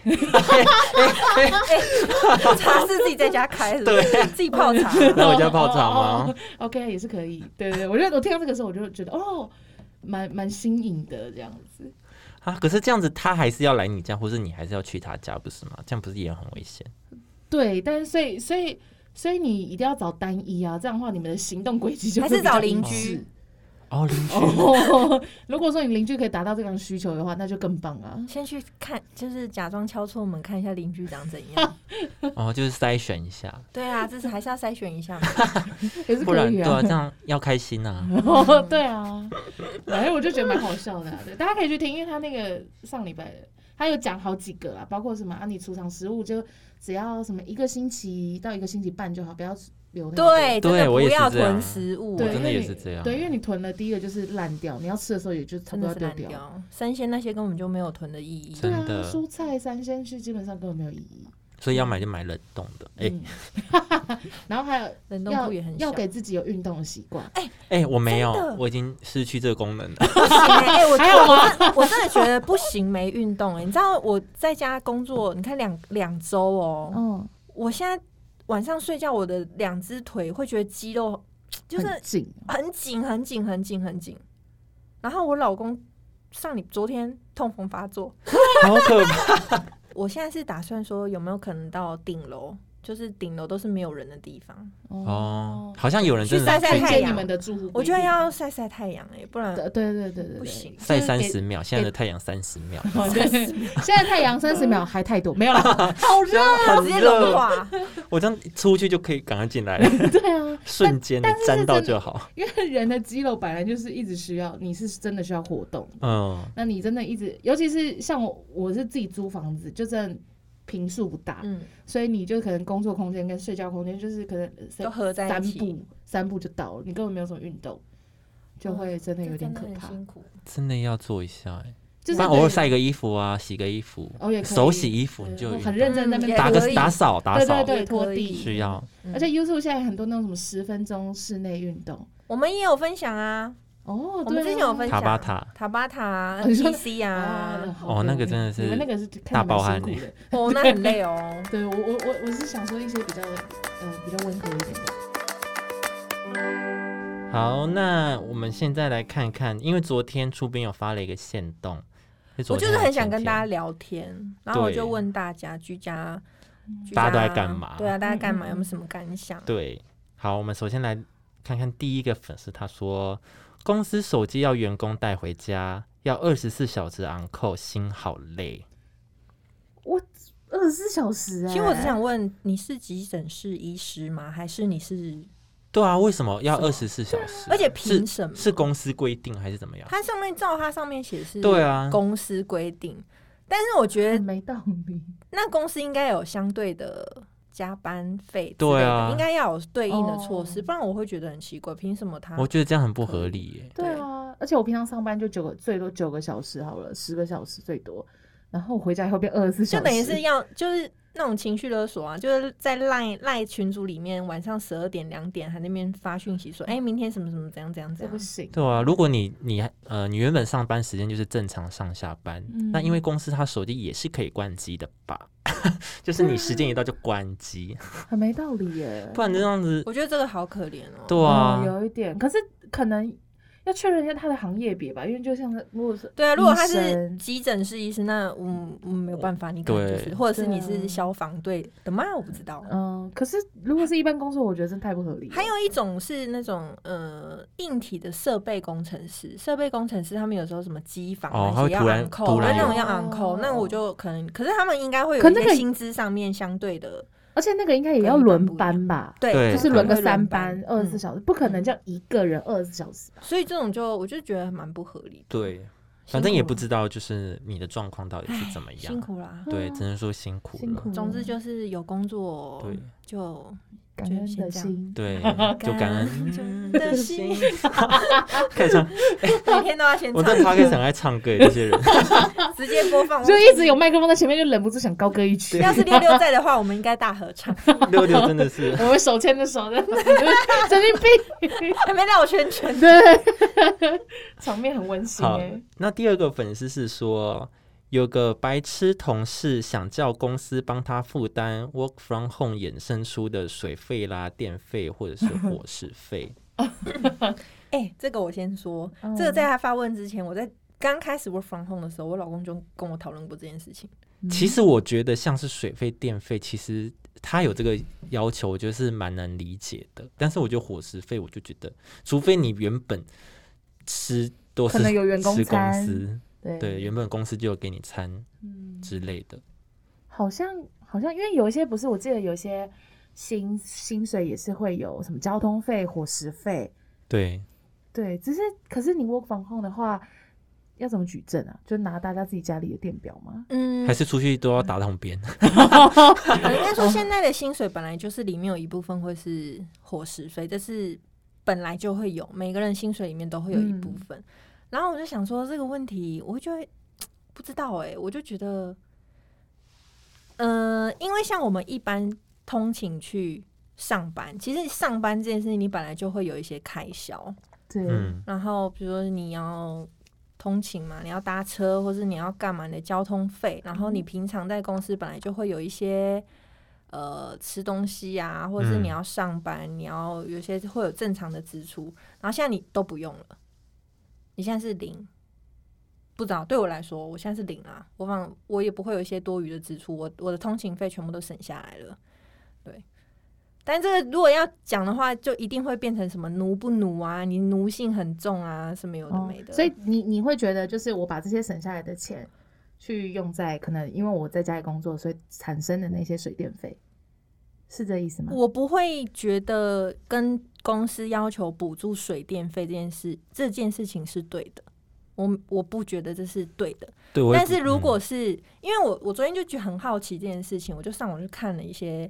S3: 茶是自己在家开是不
S1: 对
S3: 是，自己泡茶。
S1: 来我家泡茶
S2: 哦
S1: 吗？
S2: o k 也是可以。对对对，我觉得我听到这个时候，我就觉得哦，蛮蛮新颖的这样子。
S1: 啊，可是这样子他还是要来你家，或是你还是要去他家，不是吗？这样不是也很危险？
S2: 对，但是所以所以所以你一定要找单一啊，这样的话你们的行动轨迹就会
S3: 还是
S2: 比较
S3: 找邻
S2: 一致
S3: 居
S1: 哦， (laughs) 邻居，
S2: 哦。如果说你邻居可以达到这样的需求的话，那就更棒啊。
S3: 先去看，就是假装敲错门，看一下邻居长怎
S2: (laughs)
S3: 样。
S1: 哦，就是筛选一下，
S3: 对啊，这是还是要筛选一
S2: (laughs)
S3: 下嘛。
S2: 也是
S1: 不然
S2: 可以
S1: 对啊，
S2: 啊
S1: 这。样要开心
S2: (laughs)
S1: 啊。
S3: 嗯
S2: 哦，对啊，反正我就觉得蛮好笑的、啊，对，大家可以去听，因为他那个上礼拜他有讲好几个啊，包括什么啊，你储藏食物就只要什么一个星期到一个星期半就好，不要留那么多
S3: 对，真的
S1: 对我
S3: 不
S1: 也是
S3: 要
S1: 这样
S3: 囤食物，
S2: 对，
S1: 真
S2: 因
S1: 的
S2: 为
S1: 也
S2: 你
S1: 是这样
S2: 对，因为你囤了，第一个就是烂掉，你要吃的时候也就差
S3: 真
S2: 不多
S3: 的
S2: 要
S3: 是
S2: 丢掉。
S3: 烂掉。生鲜那些根本就没有囤的意义。
S1: 真
S2: 对啊
S1: 的，
S2: 蔬菜、三鲜是基本上根本没有意义。
S1: 所以要买就买冷冻的。哎、
S2: 嗯， (laughs) 然后还有
S3: 冷冻
S2: 要
S3: 库也很小。
S2: 要给自己有运动的习惯。
S1: 哎、我没有
S3: 真的，
S1: 我已经失去这个功能了。
S2: (laughs)
S3: 不行 (laughs) 哎、欸我
S2: 还有
S3: 我真我真的觉得不行，没运动哎、你知道我在家工作，你看两两周哦，
S2: 嗯，
S3: 我现在晚上睡觉，我的两只腿会觉得肌肉就是
S2: 很紧。
S3: 很紧、很紧、很紧、很紧。然后我老公上你昨天痛风发作，
S1: 好可怕！
S3: 我现在是打算说有没有可能到顶楼，就是顶楼都是没有人的地方，
S1: 哦，，好像有人
S3: 去
S1: 真的
S3: 晒晒
S2: 推
S3: 太
S2: 荐你
S3: 阳
S2: 们。的住户，
S3: 我觉得。要晒晒太阳哎、不然
S2: 对对对对对，
S3: 不行
S1: 晒
S2: 就是
S1: 三
S2: 给
S1: 十秒，现在的太阳三十
S2: (laughs)
S1: 秒，哦
S2: 哦对，现在太阳三十秒还太多，没有啦。
S3: (laughs) 好热，啊直接融化。
S2: (laughs)
S1: 我这样出去就可以赶快进来了，
S2: 对啊，
S1: 瞬间的
S2: 但是是
S1: 沾到
S2: 真的
S1: 就好。
S2: 因为人的肌肉本来就是一直需要，你是真的需要活动。
S1: 嗯，
S2: 那你真的一直，尤其是像我，我是自己租房子，就真的平数不大，
S3: 嗯，
S2: 所以你就可能工作空间跟睡觉空间就是可能呃
S3: 都
S2: 三
S3: 合在
S2: 三
S3: 一起，
S2: 步三步就到了，你根本没有什么运动，
S3: 哦
S2: 就会真的有点可怕。
S3: 辛苦。
S1: 真的要做一下哎、
S2: 就是
S1: 不然偶尔
S2: 对
S1: 晒个衣服啊，洗个衣服，
S2: 哦也可以
S1: 手洗衣服你就有
S2: 对
S1: 运
S2: 很
S1: 动
S2: 认真在那
S3: 嗯
S2: 边
S1: 打
S3: 可
S1: 个
S3: 以
S1: 打扫打扫
S2: 对对对，拖
S3: 可以
S2: 地。
S1: 需要。
S3: 嗯
S2: 而且 YouTube 现在有很多那种什么十分钟室内运动
S3: 我们也有分享啊，
S2: 哦，
S3: 我们
S2: 对啊
S3: 之前有分享
S1: 塔巴塔
S3: 塔巴塔、
S2: 你说
S3: NPC
S2: 啊
S3: 啊，
S1: 哦那个真的是
S2: 你们那个是看
S1: 大爆汗
S2: 你们辛苦的。
S3: 哦，那很累
S1: (laughs)
S3: 哦。
S2: 对我我我我是想说一些比较呃比较温和一点的。
S1: 好，那我们现在来看看，因为昨天出兵有发了一个限动，
S3: 我就是很想跟大家
S1: 家
S3: 聊天，然后我
S1: 对
S3: 就问大家居家，居
S1: 大家都在干嘛
S3: 对啊，大家干
S2: 嗯
S3: 嘛？
S2: 嗯嗯
S3: 有没有什么感想？
S1: 对。好，我们首先来看看第一个粉丝，他说公司手机要员工带回家，要二十四小时昂扣，心好累。
S2: 二十四小时、欸，
S3: 其实我只想问，你是急诊室医师吗？还是你是？
S1: 对啊，为什么要
S3: 什么
S1: 二十四小时？
S3: 而且
S1: 是
S3: 凭什么？
S1: 是公司规定还是怎么样？
S3: 它上面照它上面写是
S1: 啊对啊
S3: 公司规定，但是我觉得
S2: 没道理，
S3: 那公司应该有相对的加班费之类的，
S1: 对啊
S3: 应该要有对应的措施，
S2: 哦
S3: 不然我会觉得很奇怪，凭什么他？
S1: 我觉得这样很不合理耶。
S2: 啊对啊，而且我平常上班就九个，最多九个小时好了，十个小时最多。然后回家以后变二十四小
S3: 就
S2: 时，
S3: 等于是要就是那种情绪勒索啊，就是在赖赖群组里面晚上十二点两点还那边发讯息说，哎、明天什么什么怎样怎样怎
S2: 嗯这
S3: 样
S2: 不，行。
S1: 对啊，如果你你呃你原本上班时间就是正常上下班，
S2: 嗯
S1: 那因为公司它手机也是可以关机的吧？ (laughs) 就是你时间一到就关机，
S2: 很没道理耶。
S1: (laughs) 不然这样子，
S3: 我觉得这个好可怜哦。
S1: 对啊
S2: 哦，有一点，可是可能要确认一下他的行业别吧，因为就像是如果是
S3: 对啊，如果他
S2: 医
S3: 是
S2: 生
S3: 急诊室医生，那我我没有办法，你可能就是，
S1: 对
S3: 或者是你
S2: 对
S3: 是
S2: 啊
S3: 消防队的吗？我不知道。
S2: 嗯，可是如果是一般工作，我觉得真的太不合理了。
S3: 还有一种是那种呃硬体的设备工程师，设备工程师他们有时候什么机房
S1: 哦
S3: 那些
S1: 他会
S3: 要
S1: 突然
S3: on call，
S1: 突然
S3: 那种
S2: 有
S3: 要 on call，、
S2: 哦
S3: 那我就可能，可是他们应该会
S2: 可
S3: 有一
S2: 那个
S3: 些薪资上面相对的，
S2: 而且那个应该也
S3: 跟
S2: 要
S3: 一般
S2: 轮
S3: 不一
S2: 班吧？
S3: 对，
S1: 对
S2: 就是
S1: 可
S2: 轮
S1: 能
S2: 个
S3: 会
S2: 三班，二十四
S3: 嗯
S2: 小时，不可能叫一个人二十四小时吧？
S3: 所以这种就我就觉得蛮不合理的。
S1: 对，
S3: 辛苦
S1: 反正也
S3: 了
S1: 不知道就是你的状况到底是怎么
S3: 辛
S1: 样，
S3: 苦啦。
S1: 对，
S2: 嗯
S1: 只能说辛苦
S2: 辛
S1: 了，
S2: 苦了。
S3: 总之就是有工作 (laughs)
S1: 对
S3: 就
S2: 感
S3: 就
S2: 恩
S3: 先
S2: 的
S3: 这样
S2: 心，
S1: 对，就感
S2: 嗯
S1: 恩 (laughs)
S3: 的心，
S2: (laughs)
S1: 开始唱，
S3: (laughs) 每天都要先
S1: 我在
S3: 唱，
S1: 他开始很爱唱歌，这些人 (laughs)
S3: 直接播放。
S2: 就一直有麦克风在前面，就忍不住想高歌一曲。
S3: 要是六六在的话，我们应该大合唱， (laughs)
S1: 六六真的是
S2: (laughs) 我们手牵着手的， (laughs) 神经病。
S3: 还没绕圈圈。
S2: 对，场面很温馨
S1: 好
S2: 哎。。
S1: 那第二个粉丝是说，有个白痴同事想叫公司帮他负担 work from home 衍生出的水费啦、电费或者是伙食费。
S3: 哎、这个我先说，
S2: 嗯
S3: 这个在他发问之前，我在刚开始 work from home 的时候，我老公就跟我讨论过这件事情。
S2: 嗯
S1: 其实我觉得像是水费、电费，其实他有这个要求，我觉得是蛮能理解的。但是我觉得伙食费，我就觉得，除非你原本吃都是
S2: 可能有员工
S1: 吃公
S2: 餐
S1: 司，
S2: 嗯对
S1: 对，原本公司就有给你餐
S2: 嗯
S1: 之类的。
S2: 好像好像，因为有一些不是，我记得有一些薪薪水也是会有什么交通费、伙食费，
S1: 对，
S2: 对，只是可是你 work from home 的话，要怎么举证啊？就拿大家自己家里的电表吗？
S3: 嗯
S1: 还，是出去都要打桶边。
S3: 呃应该说现在的薪水本来就是里面有一部分会是伙食费，这是本来就会有，每个人薪水里面都会有一部分。然后我就想说这个问题，我就会不知道哎、我就觉得，呃，因为像我们一般通勤去上班，其实上班这件事情你本来就会有一些开销，
S2: 对，
S1: 嗯，
S3: 然后比如说你要通勤嘛，你要搭车，或是你要干嘛，你的交通费，然后你平常在公司本来就会有一些呃吃东西啊，或者是
S1: 嗯
S3: 你要上班，你要有些会有正常的支出，然后现在你都不用了，你现在是零。不知道，对我来说，我现在是零啊，我反我也不会有一些多余的支出，我我的通勤费全部都省下来了，对。但这个如果要讲的话，就一定会变成什么奴不奴啊，你奴性很重啊，什么有的
S2: 哦
S3: 没的。
S2: 所以你你会觉得，就是我把这些省下来的钱去用在可能因为我在家里工作，所以产生的那些水电费，是这意思吗？
S3: 我不会觉得跟公司要求补助水电费这件事，这件事情是对的。我我不觉得这是对的，
S1: 对。我也
S3: 但
S1: 不
S3: 是如
S1: 嗯
S3: 果是、因为我我昨天就觉得很好奇这件事情，我就上网去看了一些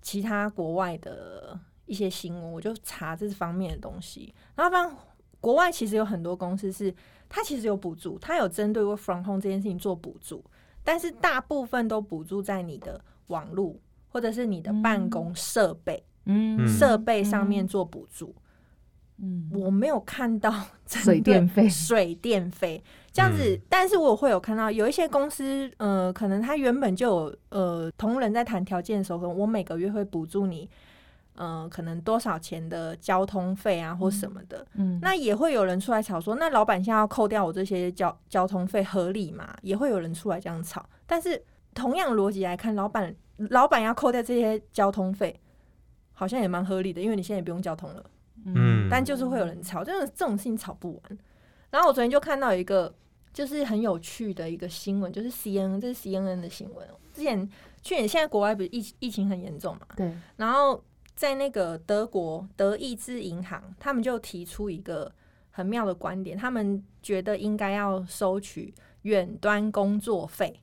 S3: 其他国外的一些新闻，我就查这方面的东西。然后，发现国外其实有很多公司是它其实有补助，它有针对 work from home 这件事情做补助，但是大部分都补助在你的网络或者是你的办公设备
S2: 嗯
S3: 设、备上面做补助。
S2: 嗯
S3: 我没有看到 (laughs) 针对
S2: 水电费
S3: 水电费这样子，
S1: 嗯
S3: 但是我会有看到有一些公司，呃，可能他原本就有呃同仁在谈条件的时候，可能我每个月会补助你，呃，可能多少钱的交通费啊或什么的。
S2: 嗯
S3: 那也会有人出来吵说，那老板现在要扣掉我这些交交通费合理吗？也会有人出来这样吵。但是同样逻辑来看，老板老板要扣掉这些交通费，好像也蛮合理的，因为你现在也不用交通了。
S1: 嗯，
S3: 但就是会有人吵，真的这种事情吵不完。然后我昨天就看到有一个就是很有趣的一个新闻，就是 CNN，这是 CNN 的新闻哦。之前去年现在国外不是疫疫情很严重嘛，
S2: 对，
S3: 然后在那个德国德意志银行，他们就提出一个很妙的观点，他们觉得应该要收取远端工作费，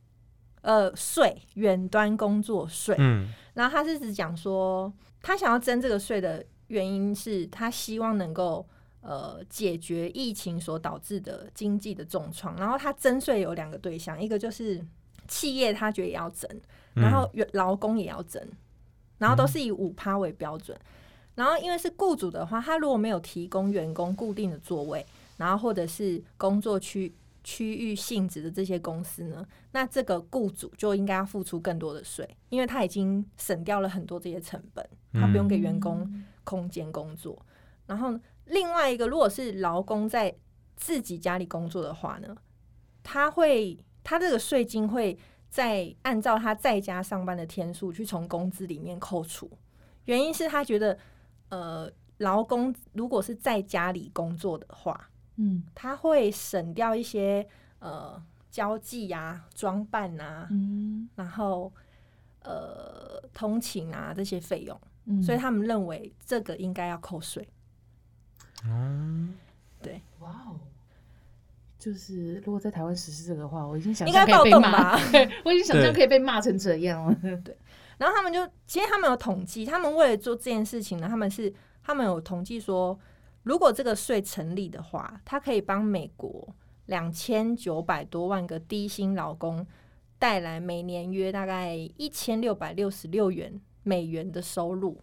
S3: 呃，税，远端工作税。
S1: 嗯
S3: 然后他是只讲说，他想要征这个税的原因是他希望能够呃解决疫情所导致的经济的重创。然后他征税有两个对象，一个就是企业他觉得也要增，然
S1: 嗯
S3: 后员劳工也要增，然后都是以五趴为标准。然后因为是雇主的话，他如果没有提供员工固定的座位，然后或者是工作区区域性质的这些公司呢，那这个雇主就应该要付出更多的税，因为他已经省掉了很多这些成本，
S1: 嗯
S3: 他不用给员工空间工作。然后另外一个，如果是劳工在自己家里工作的话呢，他会他这个税金会在按照他在家上班的天数去从工资里面扣除，原因是他觉得呃，劳工如果是在家里工作的话，
S2: 嗯
S3: 他会省掉一些呃交际啊、装扮啊，
S2: 嗯
S3: 然后呃通勤啊这些费用，
S2: 嗯
S3: 所以他们认为这个应该要扣税。
S1: 嗯，
S2: 哇哦，就是如果在台湾实施这个的话，我已经想
S3: 应
S2: 象可
S3: 该
S2: 以
S3: 暴
S2: 被
S3: 动
S2: 骂，
S3: 吧？ (laughs)
S2: 我已经想象
S1: 对
S2: 可以被骂成这样了。 (laughs)
S3: 然后他们就，其实他们有统计，他们为了做这件事情呢，他们是他们有统计说，如果这个税成立的话，它可以帮美国两千九百多万个低薪劳工带来每年约大概一千六百六十六元美元的收入。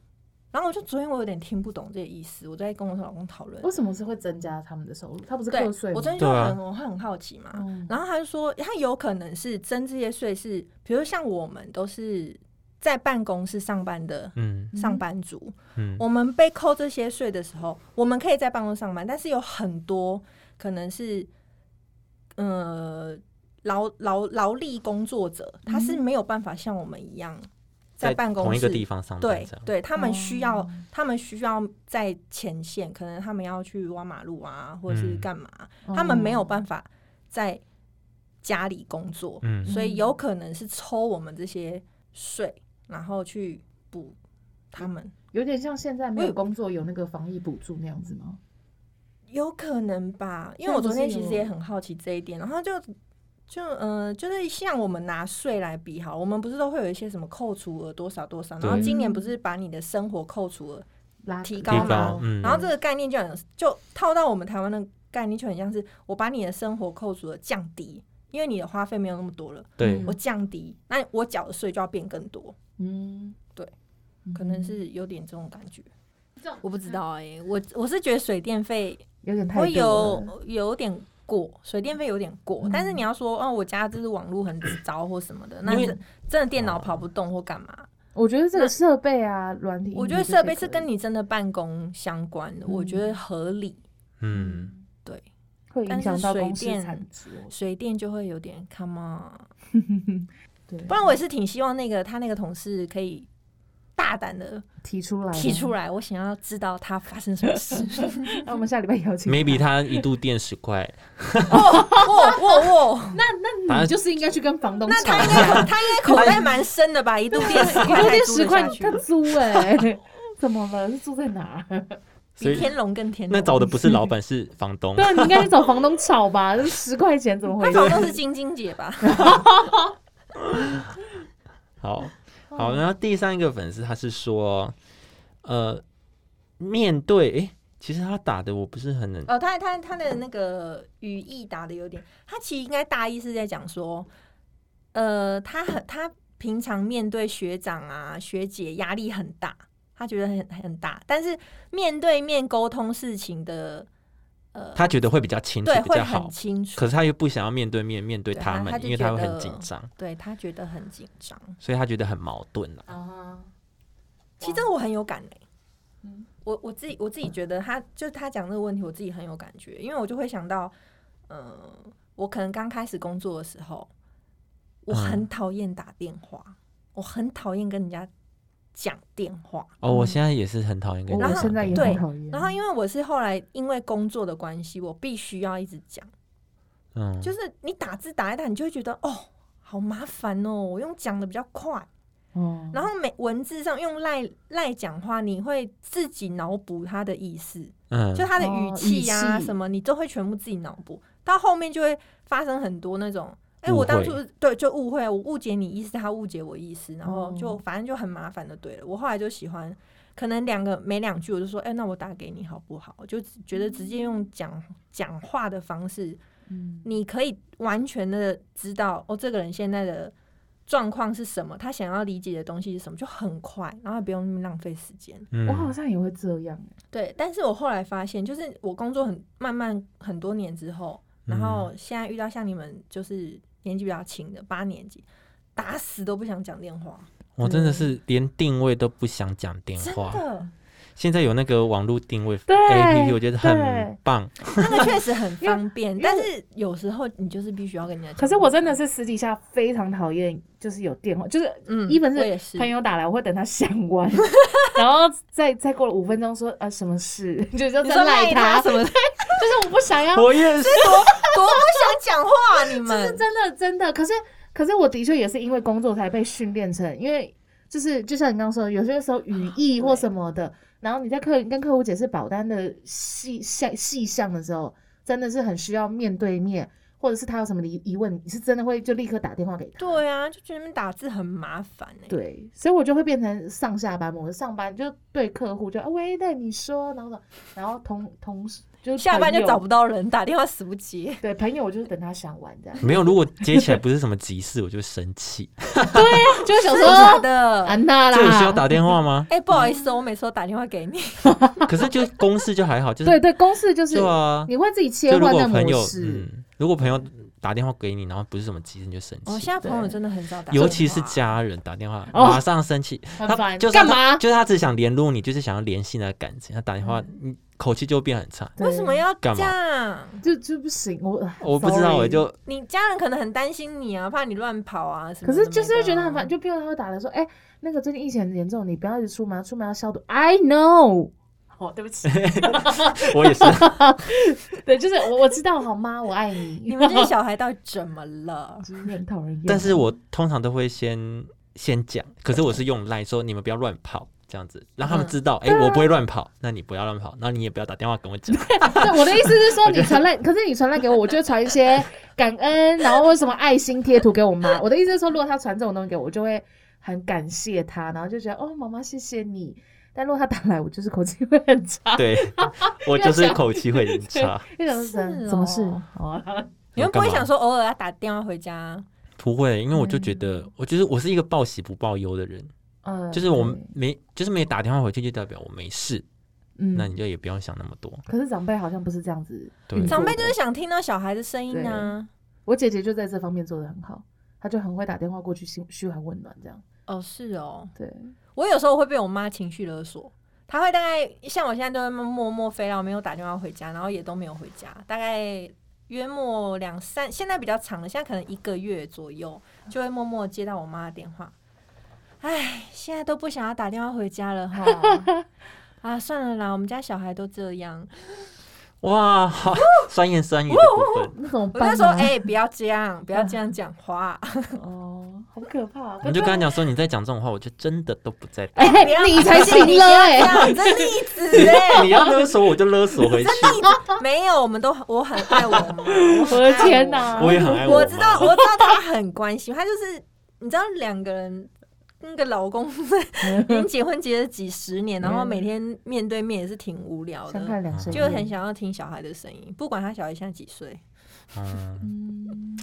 S3: 然后我就昨天我有点听不懂这个意思，我在跟我老公讨论
S2: 为。什么是会增加他们的收入？他不是
S3: 对，
S2: 课
S3: 我
S2: 税吗？
S3: 昨天就
S1: 对啊
S3: 很我很好奇嘛，
S2: 嗯
S3: 然后他就说，他有可能是征这些税是，比如像我们都是在办公室上班的
S1: 嗯
S3: 上班族，
S1: 嗯
S3: 我们被扣这些税的时候，我们可以在办公室上班，但是有很多可能是，呃，劳劳劳力工作者，他是
S2: 嗯
S3: 没有办法像我们一样在办公
S1: 同
S3: 室
S1: 一个地方上班
S3: 对
S1: 这样，
S3: 对，他们需要、
S2: 哦
S3: 他们需要在前线，可能他们要去挖马路啊，或者是
S1: 嗯
S3: 干嘛，
S2: 哦
S3: 他们没有办法在家里工作，
S1: 嗯
S3: 所以有可能是抽我们这些税，然后去补他们。
S2: 有点像现在没
S3: 我
S2: 有
S3: 有
S2: 工作有那个防疫补助那样子吗？
S3: 有可能吧，因为我昨天其实也很好奇这一点，然后就就呃，就是像我们拿税来比好，我们不是都会有一些什么扣除额多少多少，然后
S1: 对
S3: 今年不是把你的生活扣除额，
S2: 拉
S3: 提
S1: 地
S3: 高
S1: 方
S3: 嘛
S1: 嗯，
S3: 然后这个概念就很就套到我们台湾的概念就很像是我把你的生活扣除额降低，因为你的花费没有那么多了，
S1: 对
S2: 嗯
S3: 我降低，那我缴的税就要变更多，
S2: 嗯，
S3: 对
S2: 嗯，
S3: 可能是有点这种感觉。
S2: 这样
S3: 我不知道哎、我我是觉得水电费
S2: 有点太
S3: 我
S2: 多了
S3: 有有点过，水电费有点过，
S2: 嗯
S3: 但是你要说哦，我家就是
S2: (clears throat)
S3: 网络很糟或什么的，那
S1: 因为
S3: 真真的电脑
S2: 哦
S3: 跑不动或干嘛？
S2: 我觉得这个设备啊，软体，
S3: 我觉得设备是跟你真的办公相关的，我觉得合理。
S1: 嗯，
S3: 对，
S2: 会影响到
S3: 但是水
S2: 公司
S3: 电
S2: 产值。哦
S3: (laughs)
S2: 我
S3: 水电就会有点 come on，
S2: 对，
S3: 不然我也是挺希望那个他那个同事可以大胆的
S2: 提出来，
S3: 提出。来，我想要知道他发生什么事。
S2: 那我们下礼拜邀
S3: 嗯
S2: 请。
S1: ，maybe 他一度电十块，
S3: 哇哇哇！
S2: 那那你就是应该去跟房东
S3: 那
S2: 吵
S3: 他应该
S2: 架
S3: 口，他应该口袋蛮深 (laughs) 的吧？一度变十块
S2: 一个
S3: 才
S2: 月
S3: 租
S2: 十
S3: 得
S2: 块
S3: 下去
S2: 他，租哎、 (laughs) 怎么了？是住在哪儿？
S1: 所
S3: 比
S1: 以
S3: 天龙更天龙。
S1: 那找的
S3: (laughs)
S1: 不是老板是房东
S2: 对，啊，你应该去找房东吵吧。这十块钱怎么
S3: 他
S2: 回
S3: 房
S2: 事？
S3: 东是 (laughs) 晶晶姐吧？
S1: 好
S3: 哦
S1: 好，然后第三个粉丝他是说，呃，面对诶，其实他打的我不是很能，
S3: 哦，他他他的那个语义打的有点，他其实应该大意是在讲说，呃，他很他平常面对学长啊学姐压力很大，他觉得很很大，但是面对面沟通事情的，呃，
S1: 他觉得会比较清楚
S3: 对
S1: 比
S3: 会
S1: 较
S3: 很
S1: 好，
S3: 清楚，
S1: 可是他又不想要面对面面对
S3: 对
S1: 他
S3: 他
S1: 们
S3: 他，就
S1: 因为他会
S3: 觉
S1: 很
S3: 得
S1: 紧张，
S3: 对他觉得很紧张。
S1: 所以他觉得很矛盾
S3: 嗯
S1: 啦。
S2: 啊，
S3: 其实这个我很有感哎、
S2: 嗯
S3: 我我自己我自己觉得他就是他讲这个问题，我自己很有感觉，因为我就会想到，嗯、我可能刚开始工作的时候，我很讨厌打电话，我很讨厌跟人家讲电话。
S1: 哦，我现在也是很讨厌跟
S2: 我
S1: 人
S2: 我
S1: 家
S2: 现在也
S3: 嗯对
S2: 很讨厌。
S3: 然后因为我是后来因为工作的关系，我必须要一直讲，
S1: 嗯，
S3: 就是你打字打一打，你就会觉得哦，好麻烦哦，我用讲的比较快。
S2: 哦，
S3: 然后每文字上用赖赖讲话，你会自己脑补他的意思，
S1: 嗯，
S3: 就他的语
S2: 哦
S3: 气
S2: 语
S3: 呀、
S2: 气
S3: 什么，你都会全部自己脑补。到后面就会发生很多那种，哎、
S1: 误
S3: 我当
S1: 会
S3: 初对就误会，我误解你意思，他误解我意思，然后就
S2: 哦
S3: 反正就很麻烦的，对了。我后来就喜欢，可能两个没两句，我就说，哎、那我打给你好不好？我就只觉得直接用讲讲话的方式
S2: 嗯
S3: 你可以完全的知道哦，这个人现在的状况是什么，他想要理解的东西是什么，就很快，然后也不用那么浪费时间。
S1: 嗯
S2: 我好像也会这样欸、
S3: 对，但是我后来发现，就是我工作很慢慢很多年之后，然
S1: 嗯
S3: 后现在遇到像你们就是年纪比较轻的八年级，打死都不想讲电话，
S1: 我真
S2: 嗯
S1: 的是连定位都不想讲电
S3: 真
S1: 话。
S3: 的，
S1: 现在有那个网络定位
S2: 对
S1: APP，我觉得很
S2: 对
S1: 棒。
S3: 那个确实很方便，
S2: 因为
S3: 但是有时候你就是必须要跟人家讲。
S2: 可是我真的是私底下非常讨厌，就是有电话，就是
S3: 嗯，
S2: 一本是
S3: 我也是
S2: 朋，
S3: (laughs)
S2: 友打来，我会等他想完， (laughs) 然后再再过了五分钟说啊什么事， (laughs) 就就
S3: 你
S2: 再
S3: 说
S2: 赖
S3: 赖他
S2: 他，
S3: 什么
S2: (laughs)
S3: 的，
S2: 就是我不想要，
S1: 我也是，，
S3: 多不想讲话，你
S2: 是
S3: 们
S2: 真的真的。可是可是我的确也是因为工作才被训练成，因为就是就像你刚刚说，有些时候语义
S3: 对
S2: 或什么的，然后你在客跟客户解释保单的细项细项的时候，真的是很需要面对面，或者是他有什么疑疑问，你是真的会就立刻打电话给他。
S3: 对啊，就觉得那边打字很麻烦哎、
S2: 对，所以我就会变成上下班模式，上班就对客户就啊喂，那你说，然后然后同同事就是
S3: 下班就
S2: 朋友
S3: 找不到人，打电话死不接。
S2: 对朋友，我就是等他想完
S3: (laughs)
S2: 这样
S1: 没有。如果接起来不是什么急事，我就生
S2: (laughs)
S1: 气。
S2: 就 (laughs) 会想
S3: (laughs) 真
S2: 说
S3: 的假
S2: 啊
S3: 的？哎、
S2: 安娜啦，
S1: 这有需要打电话
S2: (laughs)
S1: 吗？
S3: 不好意思哦，我每次都打电话给你。
S1: 可是就公事就还好，就是
S2: 对对，公式就是
S1: 对啊。
S2: 你会自己切
S1: 就如
S2: 换
S1: 果
S2: 的
S1: 朋友
S2: 模式，
S1: 嗯，如果朋友打电话给你，然后不是什么急事，你就生
S3: 我、
S1: 气。
S3: 哦现在朋友真的很少打电话，
S1: 尤其是家人打电话，
S2: 哦
S1: 马上生
S2: (laughs)
S1: 气，
S2: 很
S1: 他
S2: 烦
S1: 就是
S2: 干
S1: 他
S2: 嘛
S1: 就是他只想联络你，就是想要联系那个感情。他打电话，
S2: 嗯
S1: 你口气就变很差。
S2: 对
S3: 为什么要这
S1: 干
S3: 样？
S2: 就就不行？我
S1: (laughs) 我不知道，
S2: sorry
S1: 我就
S3: 你家人可能很担心你啊，怕你乱跑啊什么
S2: 可
S3: 的。
S2: 是就是会觉得
S3: 没
S2: 很
S3: 的啊
S2: 烦，就譬如他会打来说，哎，那个最近疫情很严重，你不要一直出门，啊出门要消毒。I know。哦， (laughs) 对不起，
S1: 我也是，
S2: 对，就是我我知道，好吗？我爱 (laughs) 你。？
S3: 你们这些小孩到底怎么了
S2: 就是很讨人厌。
S1: 但是我通常都会先先讲，可是我是用赖说你们不要乱跑。这样子让他们知道，
S3: 嗯
S1: 哎、我不会乱跑，那你不要乱跑，那你也不要打电话跟我
S3: (laughs)
S1: 讲。
S2: 对，我的意思是说，你传来，可是你传来给我，我就会传一些感恩，然后或什么爱心贴图给我妈。我的意思是说，如果她传这种东西给我，我就会很感谢她，然后就觉得哦，妈妈谢谢你。但如果她打来，我就是口气会很差，
S1: 对， (laughs) 我就是口气会很差，
S2: 因为什
S3: 是
S2: 么
S3: 哦
S2: 什么事？哦，
S3: (laughs) 你们不
S1: 干
S3: 会
S1: 嘛
S3: 想说偶尔要打电话回家？
S1: 不会，因为我就觉
S3: 嗯
S1: 得，我就是我是一个报喜不报忧的人，
S2: 呃
S1: 就是我没就是没打电话回去，就代表我没事，
S2: 嗯
S1: 那你就也不用想那么多。
S2: 可是长辈好像不是这样子
S1: 对
S2: 运作
S3: 长
S2: 的。
S3: 辈就是想听到小孩的声音啊。
S2: 我姐姐就在这方面做的很好，她就很会打电话过去嘘嘘寒问暖这样。
S3: 哦，是哦，
S2: 对，
S3: 我有时候会被我妈情绪勒索，她会大概像我现在都会默默飞到没有打电话回家，然后也都没有回家，大概约莫两三，现在比较长了，现在可能一个月左右就会默默接到我妈的电话。唉，现在都不想要打电话回家
S2: (laughs)
S3: 了哈。啊，算了啦，我们家小孩都这样。
S1: 哇， (laughs) 好酸言酸语的部
S3: (laughs)
S1: 分，
S2: 那怎么
S3: 我
S2: 办、啊？
S3: 就说，哎、不要这样，不要这样讲话。
S2: 哦，好可怕、啊！
S1: 我就跟他讲说，你再讲这种话，我就真的都不在。
S2: (laughs) 哎、
S3: 不要
S2: 你才
S3: 不要
S2: 行了哎、
S3: 你这例子
S1: (laughs)
S3: 哎、
S1: 你要勒索我就勒索回去，
S3: 没有，我们都我很爱我妈，我
S2: 我
S3: 很爱
S2: 的天哪！
S1: 我也很爱
S3: 我
S1: 我
S3: 知道，
S1: 妈。
S3: 我知道他很关心，他就是你知道两个人。那个老公 (laughs) 已经结婚结了几十年，
S1: (laughs)
S3: 然后每天面对面也是挺无聊
S2: 相
S3: 的，
S2: 看两
S1: 声
S2: 生厌，
S3: 就很想要听小孩的声音，不管他小孩现在几岁。
S1: 嗯，
S2: 嗯，